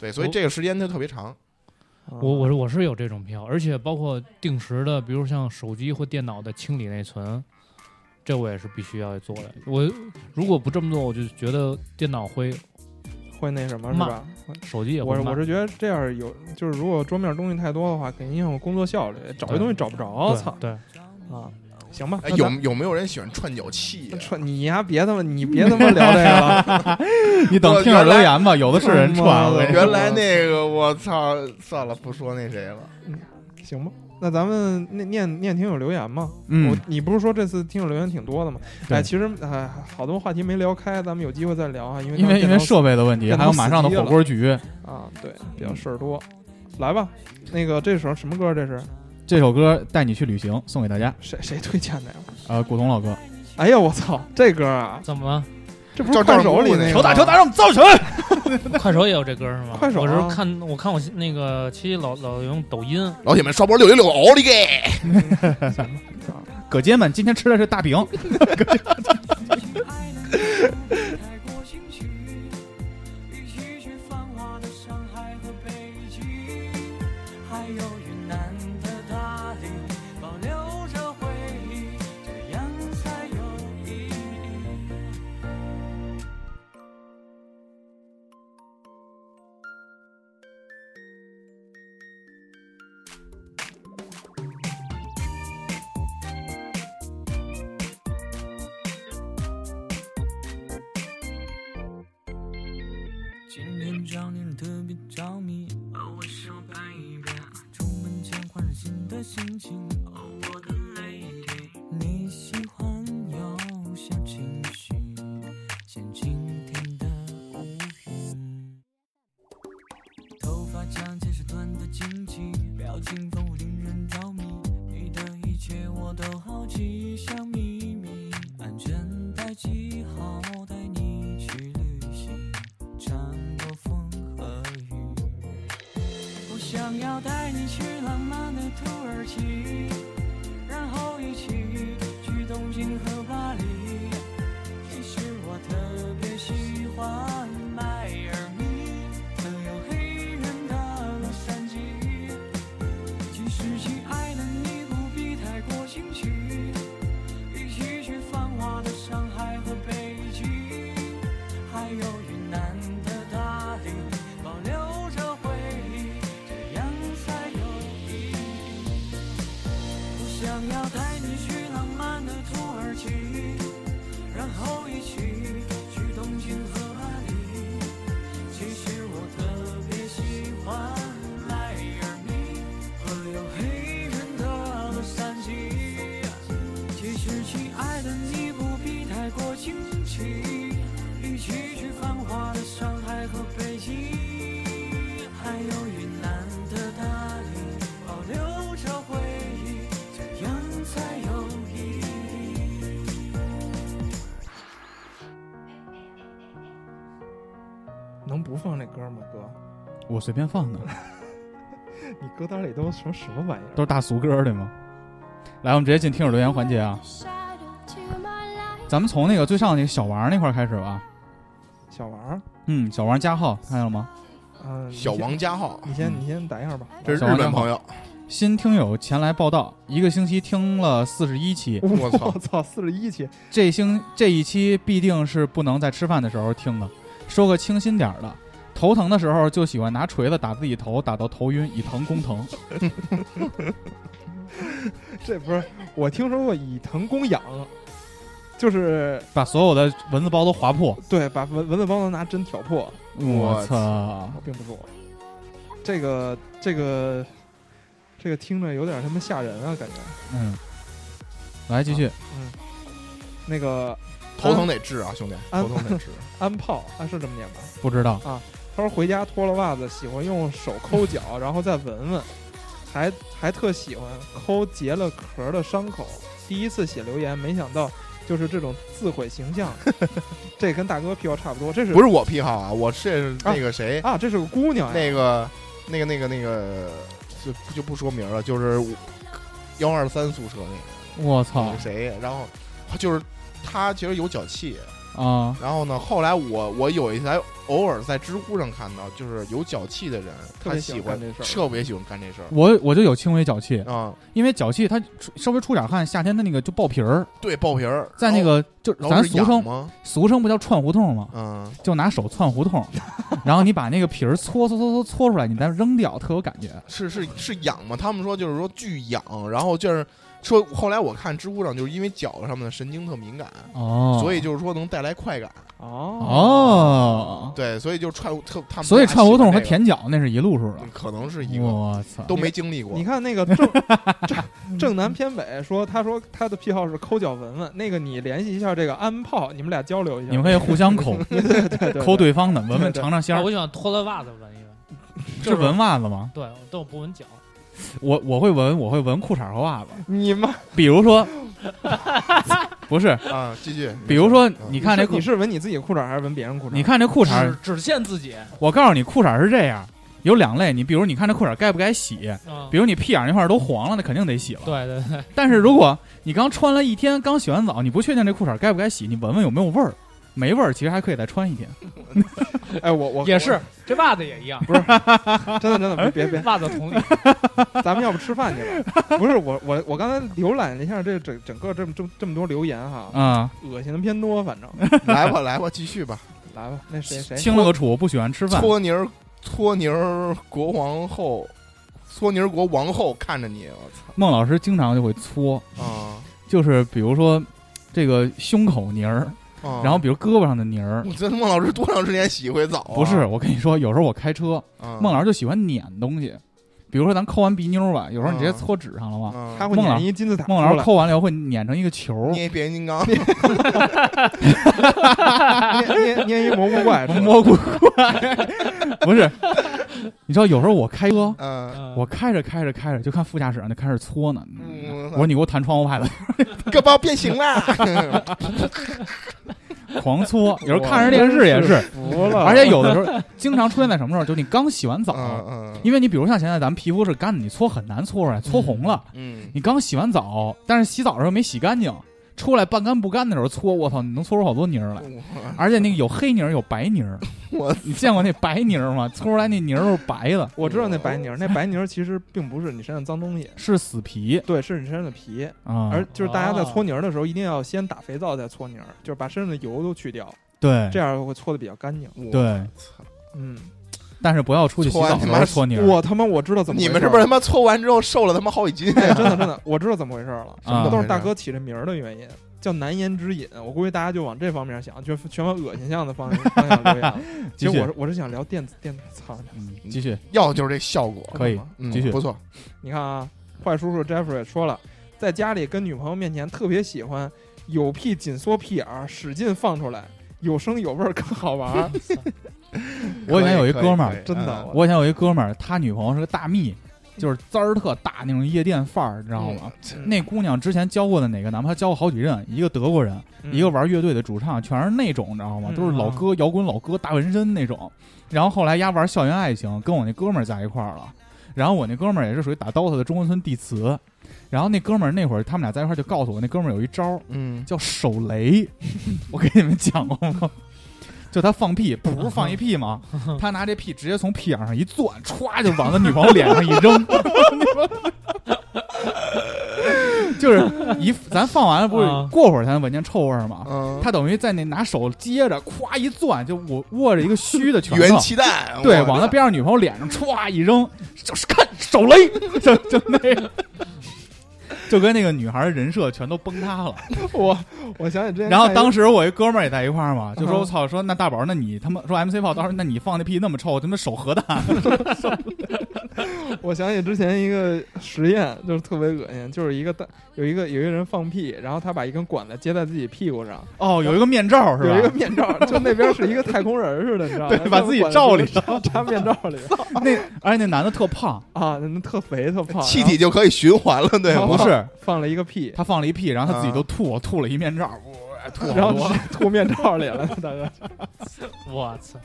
D: 对，所以这个时间就特别长。
E: 啊
F: 我我是我是有这种癖好，而且包括定时的，比如像手机或电脑的清理内存，这我也是必须要做的。我如果不这么做，我就觉得电脑会，
E: 会那什么是
F: 骂
E: 吧？会
F: 手机也
E: 我
F: 会
E: 是我
F: 慢。
E: 是觉得这样有，就是如果桌面东西太多的话，肯定影响我工作效率，找这
F: 对
E: 东西找不着，操
F: 对，
E: 啊！行吧，
D: 哎，
E: 那
D: 有
E: 咱
D: 有没有人喜欢串脚器呀？
E: 嗯串哦你呀，别他妈你别他妈聊这个了，
C: 你等听友留言吧，有的是人
E: 我
C: 传。我跟你说
D: 原来那个我操，算了，不说那谁了。
E: 行吧？那咱们念念念听友留言吧。我
C: 嗯，
E: 你不是说这次听友留言挺多的吗？
C: 对
E: 哎，其实哎，好多话题没聊开，咱们有机会再聊啊，因为
C: 因为因为
E: 当时
C: 设备的问题，
E: 电脑
C: 还有马上的
E: 死机了
C: 火锅局，
E: 啊，对，比较事儿多。来吧，那个这首什么歌？这是
C: 这首歌《带你去旅行》送给大家。
E: 谁谁推荐的呀？
C: 呃，古潼老哥，
E: 哎呀，我操，这歌啊，
F: 怎么了？
E: 这不是快手里那个吗？
C: 打，让我们造神。
F: 快手也有这歌是吗？
E: 快手啊
F: 我是看我看我那个七老老用抖音，
D: 老铁们，刷波六一六，奥利给！
C: 葛姐们，今天吃的是大饼。
B: 太过兴起，一起去繁华的上海和北京，还有云南的大理，保留着回忆，这样才有意义。今天张脸特别着迷，哦，我手拍一拍。出门前换上新的心情，哦，我的 lady。你喜欢有些情绪，像今天的乌云。头发长见识短的惊奇，表情丰富令人着迷。你的一切我都好奇，像秘密。安全带系好，带你去旅行。穿过风和雨。我想要带你去浪漫的土耳其，让后一起去东京和巴黎。其实我特别喜欢迈阿密，还有黑人的洛杉矶。其实亲爱的，你不必太过惊奇，一起去繁华的上海和北京，还有云南的大理，保留着回忆，这样才有意义。我想要带你去浪漫的土耳其，然后一起去东京和巴黎。其实我特别喜欢迈阿密和有黑人的洛杉矶。其实，亲爱的，你不必太过惊奇，一起去繁华的上海和北京。还有云南的大理，保留着回忆，这样才有意义。
E: 能不放这歌吗？哥，
C: 我随便放的，
E: 你歌单里都什么什么玩意儿？
C: 都是大俗歌对吗？来，我们直接进听友留言环节啊，咱们从那个最上那个小王那块儿开始吧。
E: 小王儿，
C: 嗯，小王加号看见了吗？
E: 嗯、你
D: 小
E: 先
D: 王加号，
E: 你先你先打一下吧。
D: 这是
C: 小
D: 日
C: 王加
D: 本
C: 号
D: 朋友，
C: 新听友前来报道，一个星期听了四十一期，
D: 我 操
E: 我操，四十一期，
C: 这星这一期必定是不能在吃饭的时候听的。说个清新点儿的，头疼的时候就喜欢拿锤子打自己头，打到头晕，以疼攻 疼。
E: 这不是我听说过以藤公养，就是
C: 把所有的蚊子包都划破。
E: 对把蚊蚊子帮都拿针挑破，
C: 我
D: 我
C: 操！
E: 并不是我。这个这个这个听着有点他妈吓人啊，感觉。
C: 嗯，来继续。
E: 那个
D: 头疼得治啊，兄弟，
E: 安
D: 头疼得治。
E: 安炮啊，是这么念吧？
C: 不知道
E: 他说回家脱了袜子，喜欢用手抠 脚，然后再闻闻，还还特喜欢抠结了壳的伤口。第一次写留言，没想到就是这种自毁形 象，这跟大哥癖好差不多。这是
D: 不是我癖好啊，我是那个谁，
E: 啊？这是个姑娘呀、
D: 那个那个那个那个，就就不说名了，就是幺二三宿舍那
C: 我
D: 个
C: 操
D: 那个谁，然后就是他其实有脚气，
C: 啊！
D: 然后呢，后来我我有一次还偶尔在知乎上看到，就是有脚气的人，
E: 特
D: 他
E: 别
D: 喜
E: 喜
D: 欢
E: 欢干这事儿
D: 特别喜欢干这事儿
C: 我我就有轻微脚气，
D: 啊、
C: 因为脚气它出稍微出点汗，夏天它那个就爆皮儿，
D: 对，爆皮儿，
C: 在那个就
D: 然后
C: 咱
D: 哦是
C: 俗
D: 痒
C: 称
D: 吗？
C: 俗称不叫串胡同吗？
D: 嗯，
C: 就拿手窜胡同， 然后你把那个皮儿搓搓搓搓搓出来，你再扔掉，特有感觉。
D: 是是是痒吗？他们说就是说巨痒，然后就是说后来我看知乎上就是因为脚上面的神经特敏感，
C: 哦
D: 所以就是说能带来快感。
E: 哦
C: 哦，
D: 对，所以就串特他们，
C: 所以串胡同和
D: 甜，
C: 舔脚那是一路数
D: 嗯
C: 的。
D: 可能是一个
C: 我操！
D: 都没经历过
E: 你。看那个正 正正南偏北说，他说他的癖好是抠脚闻闻。那个你联系一下这个安炮，你们俩交流一下。
C: 你们可以互相抠
E: 对对
C: 抠对方的，闻闻
E: 对
C: 尝尝
F: 啊
C: 鲜儿
F: 我。喜欢脱了袜子闻一闻，
C: 是闻袜子吗？
F: 对，但我不闻脚。
C: 我我会闻，我会闻裤衩和袜子。
E: 你妈，
C: 比如说，不是，
D: 啊，继续。
C: 比如说
D: 没事，
C: 你看这
E: 你
C: 裤，
E: 是闻你自己裤衩还是闻别人裤衩？
C: 你看这裤衩
F: 只，只限自己，
C: 我告诉你，裤衩是这样，有两类。你比如，你看这裤衩该不该洗？
F: 嗯，
C: 比如你屁眼儿那块儿都黄了，那肯定得洗了。
F: 对对对，
C: 但是如果你刚穿了一天，刚洗完澡，你不确定这裤衩该不该洗，你闻闻有没有味儿，没味儿其实还可以再穿一天。
E: 哎，我我
F: 也是，这袜子也一样，
E: 真的真的 别别别，
F: 袜子同理。
E: 咱们要不吃饭去吧？不是我我我刚才浏览了一下这整整个这么这么这么多留言哈，
C: 啊、
E: 恶心的偏多，反正
D: 来吧，来吧，继续吧。
E: 来吧，那谁谁
C: 清了个楚，不喜欢吃饭。
D: 搓泥儿，搓泥儿国王后，搓泥儿国王后看着你，我操
C: 孟老师经常就会搓，
D: 啊
C: 就是比如说这个胸口泥儿，
D: 啊！
C: 然后比如胳膊上的泥儿。
D: 我这孟老师多长时间洗一回澡啊？
C: 不是，我跟你说，有时候我开车，
D: 啊，
C: 孟老师就喜欢撵东西，比如说咱抠完鼻妞吧，有时候你直接
D: 嗯
C: 搓纸上了嘛，
D: 啊
E: 他会
C: 孟老
E: 撵一金字塔出
C: 孟老师
E: 来，
C: 抠完了以后会撵成一个球儿，
D: 捏变形金刚，
E: 捏捏捏一蘑菇怪出来，
C: 蘑菇怪， 不是？你知道有时候我开车，
D: 嗯，
F: 嗯
C: 我开着开着开着，就看副驾驶上就开始搓呢。
D: 嗯
C: 我说你给我弹窗户外了，
D: 胳膊变形啦！
C: 狂搓，有时候看着电视也是，
E: 服了，
C: 而且有的时候经常出现在什么时候，就你刚洗完澡，
D: 嗯嗯
C: 因为你比如像现在咱们皮肤是干的，你搓很难搓出来，搓红了。
D: 嗯，
C: 你刚洗完澡，但是洗澡的时候没洗干净，出来半干不干的时候搓，我操，你能搓出好多泥儿来。而且那个有黑泥儿，有白泥儿。
D: 我
C: 你见过那白泥儿吗？搓出来那泥儿都是白的，
E: 我知道那白泥儿，那白泥儿其实并不是你身上脏东西，
C: 是死皮
E: 对，是你身上的皮。
C: 啊。
E: 而就是大家在搓泥儿的时候，一定要先打肥皂再搓泥儿，就是把身上的油都去掉，
C: 对
E: 这样会搓的比较干净。
C: 对，
E: 嗯，
C: 但是不要出去洗澡的时候搓泥儿。
E: 我他妈我知道怎么回
D: 你
E: 事儿
D: 们是不是他妈搓完之后瘦了他妈好 几斤？
E: 哎真的真的，我知啊道怎么回事儿了，
C: 啊
E: 都是大哥起这名儿的原因，叫难言之隐。我估计大家就往这方面想，全全往恶心向的方 向方向留言了。其
C: 继
E: 实我
C: 续
E: 是，我是想聊电子电子，操，
C: 嗯继续，
D: 要的就是这效果。
C: 可以
E: 干嘛
D: 嗯，
C: 继续
D: 不错，
E: 你看啊，坏叔叔 Jeffrey 也说了，在家里跟女朋友面前特别喜欢有屁紧缩屁眼儿，使劲放出来，有声有味儿更好玩儿。
C: 我以前有一哥们儿
D: 可以可以可以
E: 真的
D: 嗯
C: 我以前有一哥们儿，他女朋友是个大蜜，
E: 嗯
C: 就是滋儿特大那种夜店范儿，你知道吗？
E: 嗯
C: 那姑娘之前交过的哪个男朋友？她交过好几任，一个德国人，
E: 嗯
C: 一个玩乐队的主唱，全是那种，你知道吗？
E: 嗯
C: 都是老歌、摇滚老歌、大纹身那种。然后后来丫玩校园爱情，跟我那哥们儿在一块儿了。然后我那哥们儿也是属于打 DOTA 的中关村地磁。然后那哥们儿那会儿他们俩在一块儿就告诉我，那哥们儿有一招儿
D: 嗯，
C: 叫手雷，我给你们讲过吗？就他放屁，不是放一屁吗？他拿这屁直接从屁眼上一攥，歘就往他女朋友脸上一扔， 就是一咱放完了不是
F: 啊
C: 过会儿才能闻见臭味儿吗？
D: 嗯
C: 他等于在那拿手接着，咵一攥，就我握着一个虚的拳
D: 元
C: 头，
D: 气弹，
C: 对，
D: 我
C: 往他边上女朋友脸上歘一扔，就是看手雷， 就就那样， 就跟那个女孩的人设全都崩塌了。
E: 我我想起之前看一个，
C: 然后当时我一哥们儿也在一块儿嘛，就说
E: 嗯
C: 我操，说那大宝，那你他妈说 MC 炮，当时那你放那屁那么臭，他妈手 核弹，
E: 我想起之前一个实验，就是特别恶心，就是一个大有一个有一个人放屁，然后他把一根管子接在自己屁股上，
C: 哦，有一个面罩是
E: 有一个
C: 吧？
E: 面罩，就那边是一个太空人似的，你知道吗
C: 对？把自己罩里
E: 上，插面罩里
C: 那而且哎那男的特 胖，
E: 啊，那特肥特胖，
D: 气体就可以循环了，对
E: 啊然
D: 吗
E: 后
C: 不？是
E: 放了一个屁，
C: 他放了一屁，然后他自己都吐，吐了一面罩，哇吐
E: 然
C: 好
E: 后
C: 多。
E: 直接吐面罩里了，大 哥，
F: 我操，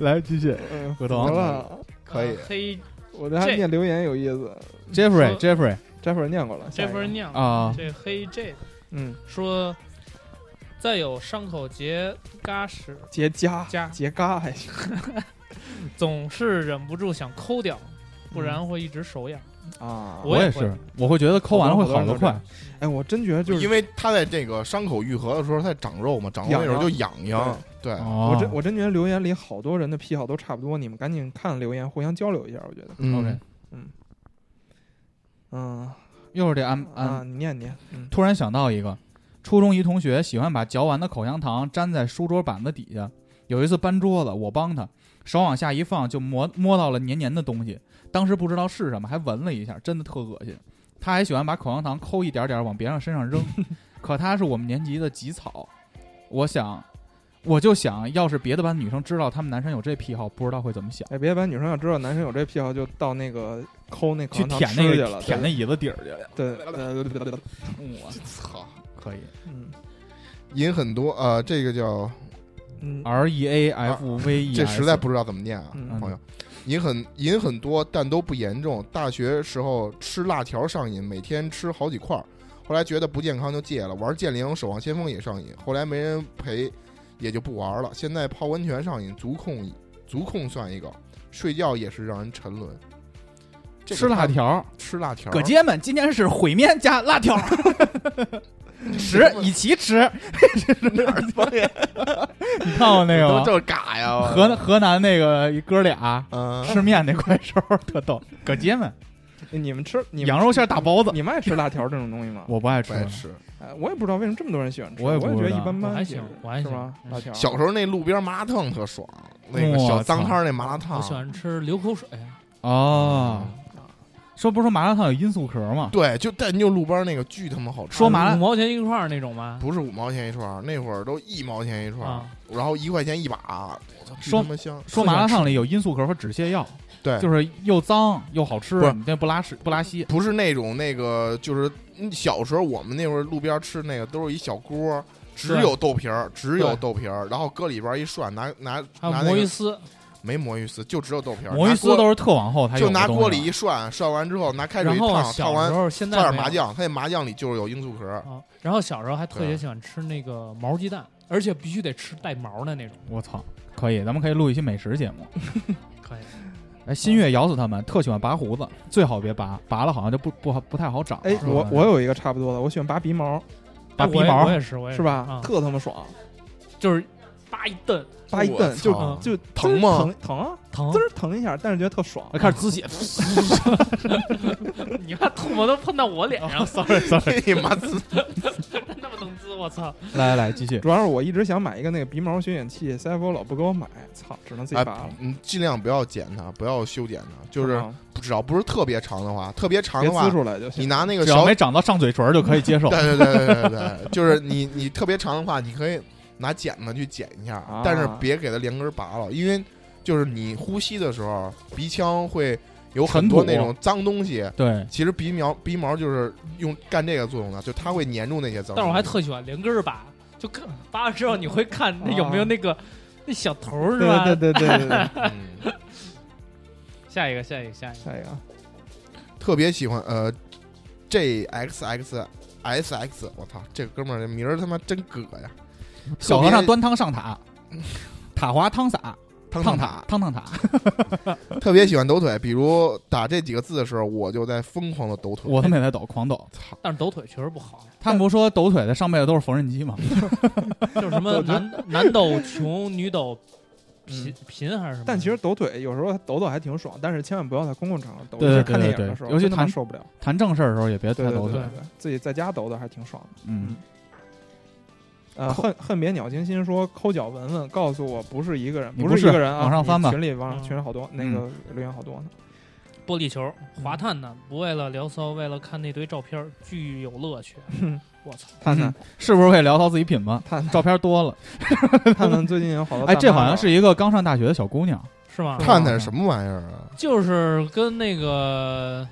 C: 来继续
E: 嗯，
C: 葛
E: 服
C: 腾
E: 了，
D: 可以
F: 呃黑
E: 我这还
F: 这
E: 念留言有意思，
C: ，Jeffrey
F: 说
C: Jeffrey
E: 这会儿念过了，下
F: 这
E: 一个
F: 份，酿
C: 啊
F: 这黑这
E: 嗯，
F: 说，再有伤口结嘎时，
E: 结痂
F: 痂
E: 结痂还行
F: 总是忍不住想抠掉，不然会一直手痒。
E: 啊，
F: 我
C: 也
F: 也
C: 是，我会觉得抠完了会好得快，
E: 哎，我真觉得就是
D: 因为他在这个伤口愈合的时候，他长肉嘛，长肉那时候就痒痒，对，
C: 哦
E: 我真我真觉得留言里好多人的癖好都差不多，你们赶紧看留言，互相交流一下。我觉得，
D: 嗯
C: OK，
E: 嗯
C: 又是这 M，M 安
E: 啊，
C: 安，
E: 你念你念，嗯
C: 突然想到一个，初中一同学喜欢把嚼完的口香糖粘在书桌板子底下。有一次搬桌子，我帮他，手往下一放就摸摸到了黏黏的东西，当时不知道是什么，还闻了一下，真的特恶心。他还喜欢把口香糖抠一点点往别人身 上扔，可他是我们年级的极草，我想，我就想要是别的班女生知道他们男生有这癖好，不知道会怎么想，
E: 哎，别的班女生要知道男生有这癖好，就到那个抠那口
C: 去
E: 香糖
C: 舔
E: 吃
C: 那
E: 去
C: 个
E: 了，
C: 舔那椅子底儿去。
E: 对呃对对对对对，
C: 我
D: 操，
C: 可以
E: 嗯
D: 饮很多啊，这个叫
E: 嗯
C: ，R E A F V E，
E: 啊
D: 这实在不知道怎么念啊，
E: 嗯
D: 朋友。饮很饮很多，但都不严重。大学时候吃辣条上瘾，每天吃好几块儿，后来觉得不健康就戒了。玩剑灵、守望先锋也上瘾，后来没人陪，也就不玩了。现在泡温泉上瘾，足控足控算一个。睡觉也是让人沉沦。这个
C: 吃辣
D: 他
C: 条。
D: 吃辣条，
C: 葛姐们，今天是烩面加辣条， 吃一起吃。
D: 哪儿方言？
C: 你看过那个
D: 都
C: 吗？
D: 这嘎呀！
C: 哎河南河南那个一哥俩
D: 嗯，
C: 吃面那怪兽儿特逗。葛姐们，
E: 你们吃你们
C: 羊肉馅儿大包子，
E: 你们爱吃辣条这种东西吗？
C: 啊我不爱吃
D: 不。爱吃。
E: 哎我也不知道为什么这么多人喜欢吃，
C: 我
E: 我
C: 也
E: 也
C: 不
E: 觉得
C: 知道
E: 一般
F: 我
E: 般，
F: 还
E: 其实
F: 行我还
E: 是
F: 行
E: 吗？
F: 嗯
E: 辣条
D: 小时候那路边麻辣烫特爽，那个
C: 我
D: 小
C: 操
D: 脏摊儿那麻辣烫
F: 我，喜欢吃流口水，啊
C: 哦，说不是说麻辣烫有罂粟壳吗？
D: 对，就但就路边那个巨他妈好吃。
C: 说麻辣
F: 五毛钱一块儿那种吗？
D: 不是五毛钱一串儿，那会儿都一毛钱一串儿，
F: 啊
D: 然后一块钱一把，我操，巨
C: 说
D: 他妈香！
C: 说麻辣烫里有罂粟壳和止泻药，
D: 对，
C: 就是又脏又好吃
D: 不是，
C: 你这不拉屎不拉稀。
D: 不是那种那个，就是嗯小时候我们那会儿路边吃那个都是一小锅儿，只有豆皮儿，只有豆皮儿，然后搁里边一涮，拿拿
F: 还有
D: 拿
F: 魔
D: 那
F: 芋
D: 个
F: 丝，
D: 没魔芋丝，就只有豆皮儿，
C: 魔芋丝
D: 拿
C: 都
D: 锅
C: 是特往后才有
D: 就
C: 的
D: 拿
C: 东西
D: 锅里一涮，涮完之后拿开水
F: 然
D: 一
F: 后
D: 烫，烫
F: 小时
D: 完
F: 候现在
D: 放点
F: 没有
D: 麻酱，它那麻酱里就是有罂粟壳，
F: 啊，然后小时候还特别
D: 对
E: 啊
F: 喜欢吃那个毛鸡蛋，而且必须得吃带毛的那种。
C: 我操，可以，咱们可以录一期美食节目。
F: 可以，
C: 哎，新月咬死他们，特喜欢拔胡子，最好别拔，拔了好像就不不好不太好长
E: 哎
C: 了。是，吧
E: 我我有一个差不多的，我喜欢拔鼻毛，
C: 拔
F: 哎
C: 鼻
F: 我也
C: 毛
F: 我也是，我也
E: 是吧
F: 啊？，
E: 特他妈爽，
F: 就是叭一蹬
E: 拔一
D: 我
E: 蹬就
D: 操
E: 就
D: 疼吗
E: 疼疼啊，
C: 嗯
F: 疼
E: 滋，儿疼一下，但是觉得特爽
C: 我。开始滋血，
F: 你看唾沫都喷到我脸上，
C: sorry sorry，
D: 你妈滋
F: 那么能滋，我操！
E: 嗯
C: 来来来，继续。
E: 主要是我一直想买一个那个鼻毛修剪器，CFO 老不给我买，操，只能自己
D: 哎
E: 拔了。
D: 你尽量不要剪它，不要修剪它，就是
E: 吗
D: 只要不是特别长的话，特别长
E: 别
D: 的话
E: 呲，出 来就
D: 你
E: 行。
D: 拿那个
C: 只要
D: 小
C: 没长到上嘴唇儿就可以接受。
D: 对对对对对对，就是你你特别长的话，你可以拿剪子去剪一下，
E: 啊
D: 但是别给它连根拔了，因为就是你呼吸的时候，鼻腔会有很多
C: 尘土
D: 那种脏东西。
C: 对，
D: 其实鼻毛鼻毛就是用干这个作用的，就它会粘住那些脏东西。
F: 但是我还特喜欢连根儿拔，就看拔了之后你会看那有没有那个那小头儿是吧？
E: 啊对对对 对对对，
D: 嗯、
F: 下一个，下一个，下一个。
E: 下一个 啊
D: 特别喜欢呃，J X X S X，我操，这哥们儿这名儿他妈真葛呀！
C: 小和尚端汤上塔，塔滑汤洒，
D: 汤
C: 烫
D: 塔
C: 汤烫塔。
D: 特别喜欢抖腿，比如打这几个字的时候，我就在疯狂的抖腿。
C: 我他妈也在抖，狂抖。
F: 但是抖腿确实不好，
C: 他们不说抖腿的上辈子都是缝纫机吗？
F: 就是什么男男抖穷，女抖
D: 嗯
F: 贫贫还是什么？
E: 嗯但其实抖腿有时候抖抖还挺爽，但是千万不要在公共场合抖。尤
C: 对对对
E: 其是看电
C: 对对
E: 影的时候，
C: 尤其
E: 真他妈
C: 弹
E: 受不了。
C: 谈正事儿的时候也别
E: 对
C: 太
E: 对对
C: 抖
E: 对
C: 腿
E: 对。，对自己在家抖抖还挺爽的。
C: 嗯，
E: 呃，恨恨别鸟惊心说抠脚闻闻，告诉我不是一个人，
C: 你
E: 不
C: 不
E: 是一
C: 是
E: 个人啊！
C: 往上
E: 你
C: 翻吧
E: 群里往
F: 嗯
E: 群里好多那个留言好多呢。
F: 玻璃球、滑探呢，不为了聊骚，为了看那堆照片儿，具有乐趣。我操！
E: 探探
C: 嗯是不是为了聊骚自己品吗？
E: 探探
C: 照片多了，
E: 探探最近有好多大
C: 哎，
E: 妈
C: 这好像是一个刚上大学的小姑娘，
F: 是吗？
D: 探探是什么玩意儿啊？
F: 就是跟那个，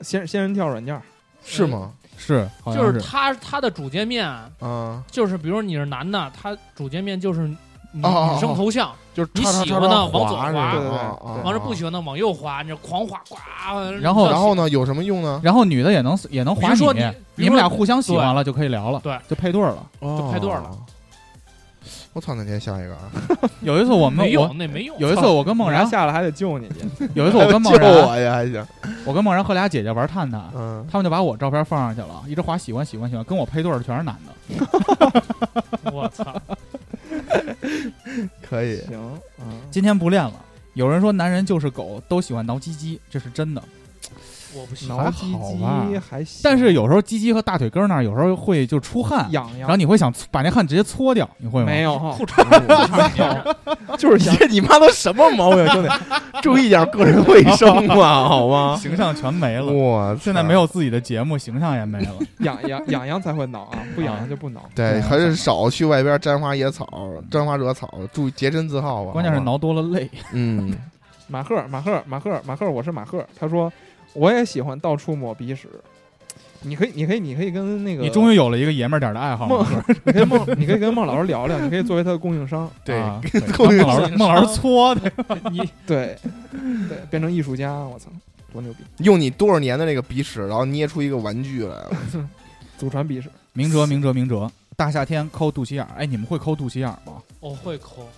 E: 仙仙人跳软件儿，
D: 是
C: 嗯
D: 吗？
C: 是，好
F: 就
C: 像
F: 是他他的主界面，
D: 啊，
F: 就是比如你是男的，他主界面就是女
D: 哦哦哦
F: 女生头像，
D: 就是
F: 你
D: 叉叉
F: 喜
D: 叉叉
F: 欢的往左
D: 滑
F: 滑
D: 是吧
E: 对对对
D: 啊啊啊
F: 完了不喜欢的往右滑，你这狂滑，呱。
C: 然后
D: 然后呢，有什么用呢？
C: 然后女的也能也能
F: 比
C: 滑
F: 如说你
C: 你，
F: 比如
C: 们俩
F: 说
C: 互相喜欢了就可以聊了，
F: 对，
C: 就配对儿了。
D: 就
F: 拍对儿了。
D: 哦我操，那天下一个啊！
C: 有一次我们
F: 没
C: 我
F: 用，那没用。
C: 有一次我跟梦
E: 然
C: 然
E: 后，下来还得救你。
C: 有一次我 跟啊梦
D: 救
C: 然，
D: 我呀，还行。
C: 我跟梦然和俩姐姐玩探探，
D: 嗯，
C: 他们就把我照片放上去了，一直滑喜欢喜欢喜欢，跟我配对儿的全是男的。
F: 我操！
D: 可以。
E: 行，嗯，
C: 今天不练了。有人说男人就是狗，都喜欢挠鸡鸡，这是真的。
F: 我不行，
E: 挠鸡
C: 好
E: 鸡
C: 吧
E: 还行，
C: 但是有时候鸡鸡和大腿根儿那儿有时候会就出汗，
E: 痒
C: 然后
E: 痒
C: 你会想把那汗直接搓掉，你会吗？
E: 没有哈
F: 裤，衩裤衩粘着，
E: 就是
D: 你
E: 痒。
D: 这你妈都什么毛病，兄弟？注意点个人卫生吧，好吗？
C: 形象全没了。
D: 我操
C: 现在没。有自己的节目，形象也没 了。
E: 痒痒痒痒才会挠啊，不痒痒就不挠。
D: 对，
C: 对
D: 还是少去外边沾花惹草，沾花惹草，注意洁身自好吧。啊
C: 关键是
D: 好吗，
C: 挠多了累。
D: 嗯，
E: 马赫，马赫，马赫，马赫，我是马赫。他说，我也喜欢到处抹鼻屎。你可以，你可以，你可以跟那个
C: 你终于有了一个爷们儿点儿的爱好
E: 孟
C: 了。，
E: 你可以孟，你可以跟孟老师聊聊，你可以作为他的供应商。
D: 对
C: 啊
D: 终于
C: 孟老师，孟老师搓的，
F: 你
E: 对，对，变成艺术家，我操，多牛逼！
D: 用你多少年的这个鼻屎，然后捏出一个玩具来，
E: 祖传鼻屎，
C: 明哲，明哲，明哲。大夏天抠肚脐眼儿，哎，你们会抠肚脐眼儿吗？
F: 我会抠，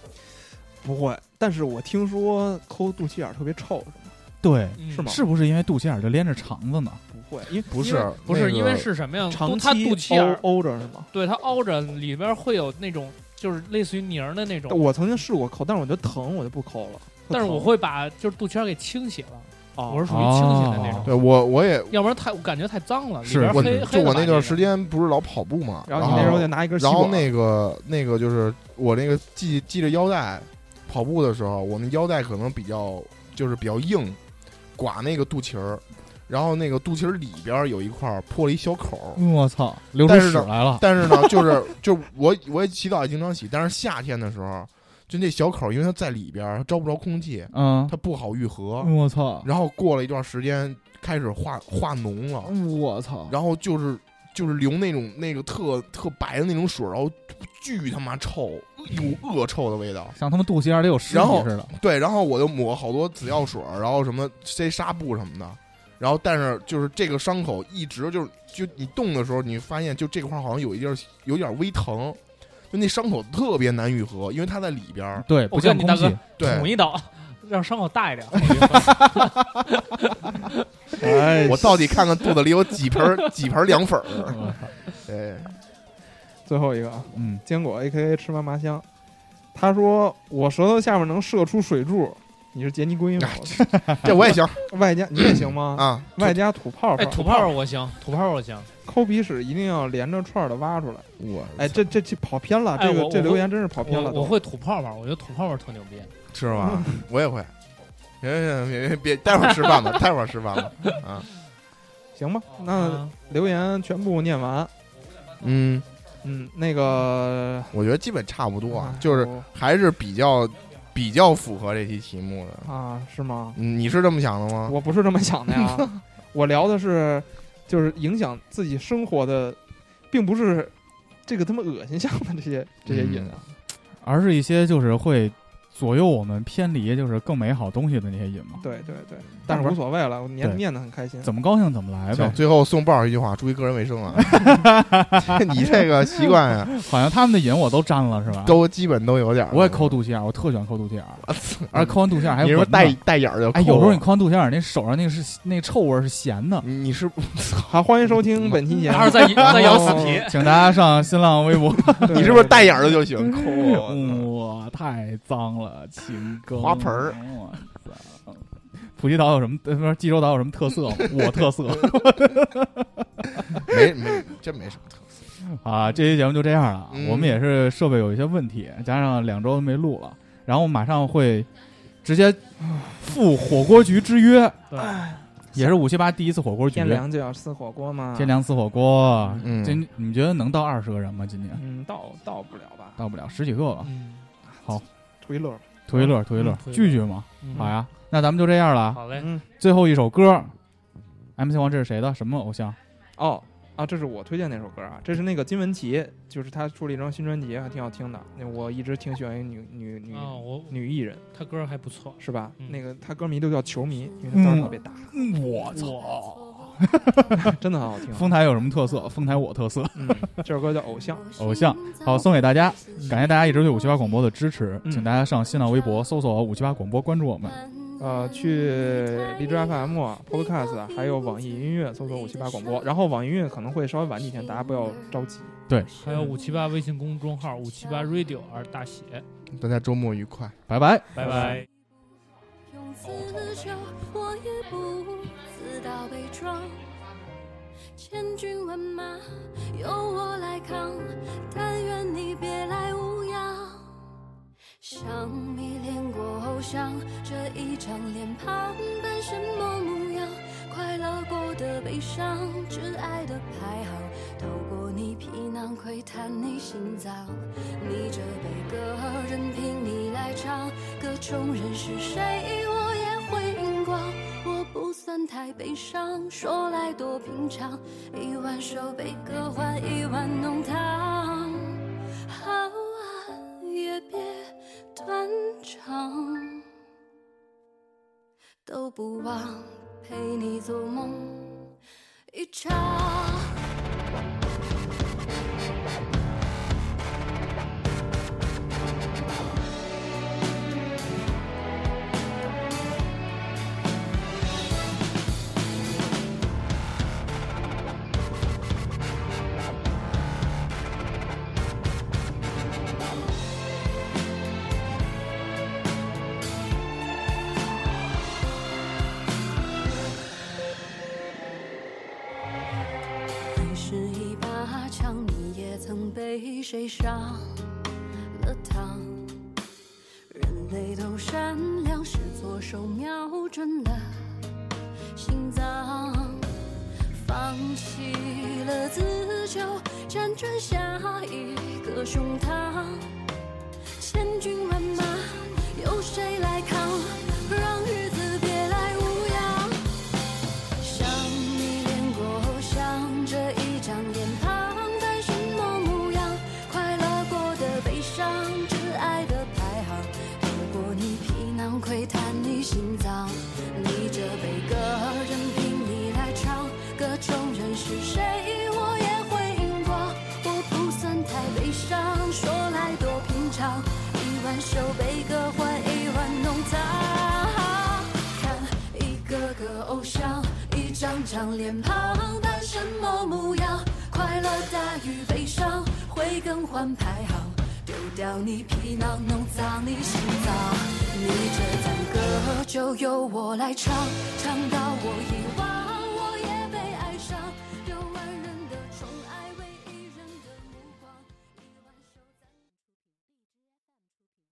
E: 不会。但是我听说抠肚脐眼儿特别臭，是吗？
C: 对，
F: 嗯
E: 是吗
C: 是不是因为肚脐眼儿就连着肠子呢？
E: 不会，因为
D: 不
F: 因
D: 是
F: 为不是
D: 那
F: 因为
D: 个
F: 是什么呀？
E: 长
F: 肚
E: 期
F: 它肚脐眼儿，
E: 凹凹着是吗？
F: 对它凹着，里边会有那种就是类似于泥儿的那种，
E: 我曾经试过抠，但是我觉得疼，我就不哦抠了。啊
F: 但是我
E: 特
F: 会把就是肚脐眼儿给清洗了，
E: 疼，
F: 我是属于清洗的那
C: 哦
F: 种，
D: 对我我也
F: 要不然太我感觉太脏了，里
C: 是
F: 边
D: 我
F: 黑
D: 就
F: 黑
D: 我
F: 了吧
D: 那段时
F: 个
D: 间不是老跑步嘛，
E: 然
D: 然
E: 后你那时候就拿一根吸
D: 然后
E: 管，
D: 那个那个就是我那个系系着腰带，跑步的时候，我那腰带可能比较就是比较硬，刮那个肚脐儿，然后那个肚脐儿里边儿有一块儿破了一小口 儿。
C: 我操，流出
D: 但是
C: 屎
D: 呢
C: 来了。
D: 但是呢，就是就我我也洗澡也经常洗，但是夏天的时候，就那小口儿，因为它在里边儿，它招不着空气，
C: 嗯
D: 它，不好愈合。
C: 我操，嗯
D: 然后过了一段时间，开始化化脓了，
C: 我操，
D: 然后就是就是流那种那个特特白的那种水，然后巨他妈臭，有恶臭的味道。
C: 像他们嗯肚脐眼儿里有尸
D: 然后
C: 体似的。
D: 对，然后我就抹好多紫药水儿，然后什么塞纱布什么的，然后但是就是这个伤口一直就是就你动的时候，你发现就这块儿好像有一地儿有点微疼，就那伤口特别难愈合，因为它在里边儿。
C: 对，不
F: 我告诉
C: 见
F: 你
C: 空
F: 大
C: 气
F: 哥，
D: 对
F: 捅，一刀， 让伤口大一点。
E: 哎，
D: 我到底看看肚子里有几盆儿几盆儿凉粉儿。
C: 嗯
D: 对，
E: 最后一个啊，
C: 嗯，
E: 坚果 A K A 吃嘛嘛香，他说我舌头下面能射出水柱，你是杰尼龟吗？
D: 这我也行
E: 外加你也行吗？
D: 啊。
E: 外加吐泡泡，
F: 哎，土炮我行， 土炮我行。
E: 抠鼻屎一定要连着串的挖出来。
D: 我
E: 哎，这这这跑偏了，
F: 哎
E: 这个
F: 我
E: 这
F: 我
E: 留言真是跑偏
F: 我
E: 了。
F: 我会土泡泡，我觉得土泡泡特牛逼。
D: 吃吧，
C: 嗯
D: 我也会。行行行，别别，待会儿吃 饭吧，待会儿吃饭吧。啊，
E: 行吧，那
F: 啊
E: 留言全部念完。
D: 嗯，
E: 嗯，那个
D: 我觉得基本差不多啊
E: 哎，
D: 就是
E: 我
D: 还是比较比较符合这期题目的。
E: 啊，是吗？
D: 嗯你是这么想的吗？
E: 我不是这么想的呀，我聊的是就是影响自己生活的，并不是这个他妈恶心向的这些这些瘾啊。
C: 而是一些就是会左右我们偏离就是更美好东西的那些瘾嘛。
E: 对对对，但是无所谓了，我念
C: 对
E: 念得很开心。
C: 怎么高兴怎么来
D: 行，
C: 呗，
D: 最后送鲍一句话：注意个人卫 生啊！你这个习惯啊，
C: 好像他们的瘾我都沾了是吧？
D: 都基本都有点儿。
C: 啊我也抠肚脐眼儿，我特喜欢抠肚脐眼儿，
D: 我操，
C: 而且抠完肚脐眼儿还
D: 你是
C: 有
D: 不是带带眼儿就抠啊？
C: 哎，有时候你抠完肚脐眼儿，那手上那个是那臭味儿是咸的。
D: 你你是
E: 好，欢迎收听本 期节目
F: 然后。再再咬死皮，
C: 请大家上新浪微博，
E: 对
D: 你是不是带眼儿的就喜欢抠啊？我
C: 嗯
D: 操
C: 哇，太脏了， 秦哥，
D: 花盆儿
C: 我操！普吉岛有什么？呃不是济州岛有什么特色吗？我特色
D: 没没，真没什么特色。
C: 啊！这期节目就这样了，
D: 嗯
C: 我们也是设备有一些问题，加上两周没录了，然后马上会直接赴火锅局之约，
F: 对，
C: 也是五七八第一次火锅局，
E: 天凉就要吃火锅嘛？
C: 天，凉吃火锅。
D: 啊嗯
C: 今你觉得能到二十个人吗？今年
E: 嗯，到到不了吧？
C: 到不了十几个吧？
F: 嗯，
E: 图一乐吧。
C: 图一乐，图一乐
F: 嗯，图一乐
C: 聚聚嘛。
F: 嗯
C: 好，呀，那咱们就这样了。
F: 好嘞，
E: 嗯，
C: 最后一首歌，MC 王这是谁的？什么偶像？
E: 哦啊，这是我推荐那首歌啊，这是那个金玟岐，就是她出了一张新专辑，还挺好听的。那我一直挺喜欢一女女女
F: 啊，我
E: 女艺人，
F: 他歌还不错，
E: 是吧？
F: 嗯
E: 那个她歌迷都叫球迷，因为她歌特别大，
C: 我操！
E: 真的很好听。
C: 丰台有什么特色？丰台我特色，
E: 嗯，这首歌叫《偶像》。
C: 偶像。好，送给大家，
F: 嗯
C: 感谢大家一直对五七八广播的支持，
E: 嗯
C: 请大家上新浪微博搜索五七八广播，关注我们。
E: 呃，去荔枝 FM 啊、Podcast 啊，还有网易云音乐搜索五七八广播，然后网易云音乐可能会稍微晚几天，大家不要着急。
F: 还有五七八微信公众号五七八 radio 二大写，
D: 大家周末愉快。
C: 拜拜。
F: 拜拜。
G: 用自救，我也不自道被撞。千军万马由我来扛，但愿你别来无恙。像迷恋过后，想这一张脸庞扮什么模样？快乐过的、悲伤、挚爱的排行，透过你皮囊窥探你心脏。你这悲歌，任凭你来唱。歌中人是谁，我也会荧光。我不算太悲伤，说来多平常。一碗手悲歌换一碗浓汤，好啊，也别断肠。都不忘陪你做梦一场。爱是一把枪，你也曾被谁上了膛？人类都善良，是左手瞄准了心脏，放弃了自救，辗转下一个胸膛。千军万马，由谁来扛？让日子别来无恙。像迷恋过后，像这一张脸窥探你心脏。你这悲歌，任凭你来唱，歌中人是谁，我也会荧光。我不算太悲伤，说来多平常。一万首悲歌换一碗浓汤，看一个个偶像，一张张脸庞，但什么模样？快乐大于悲伤，会更换排行。丢掉你皮囊，弄脏你心脏。你这赞歌就由我来唱，唱到我遗忘。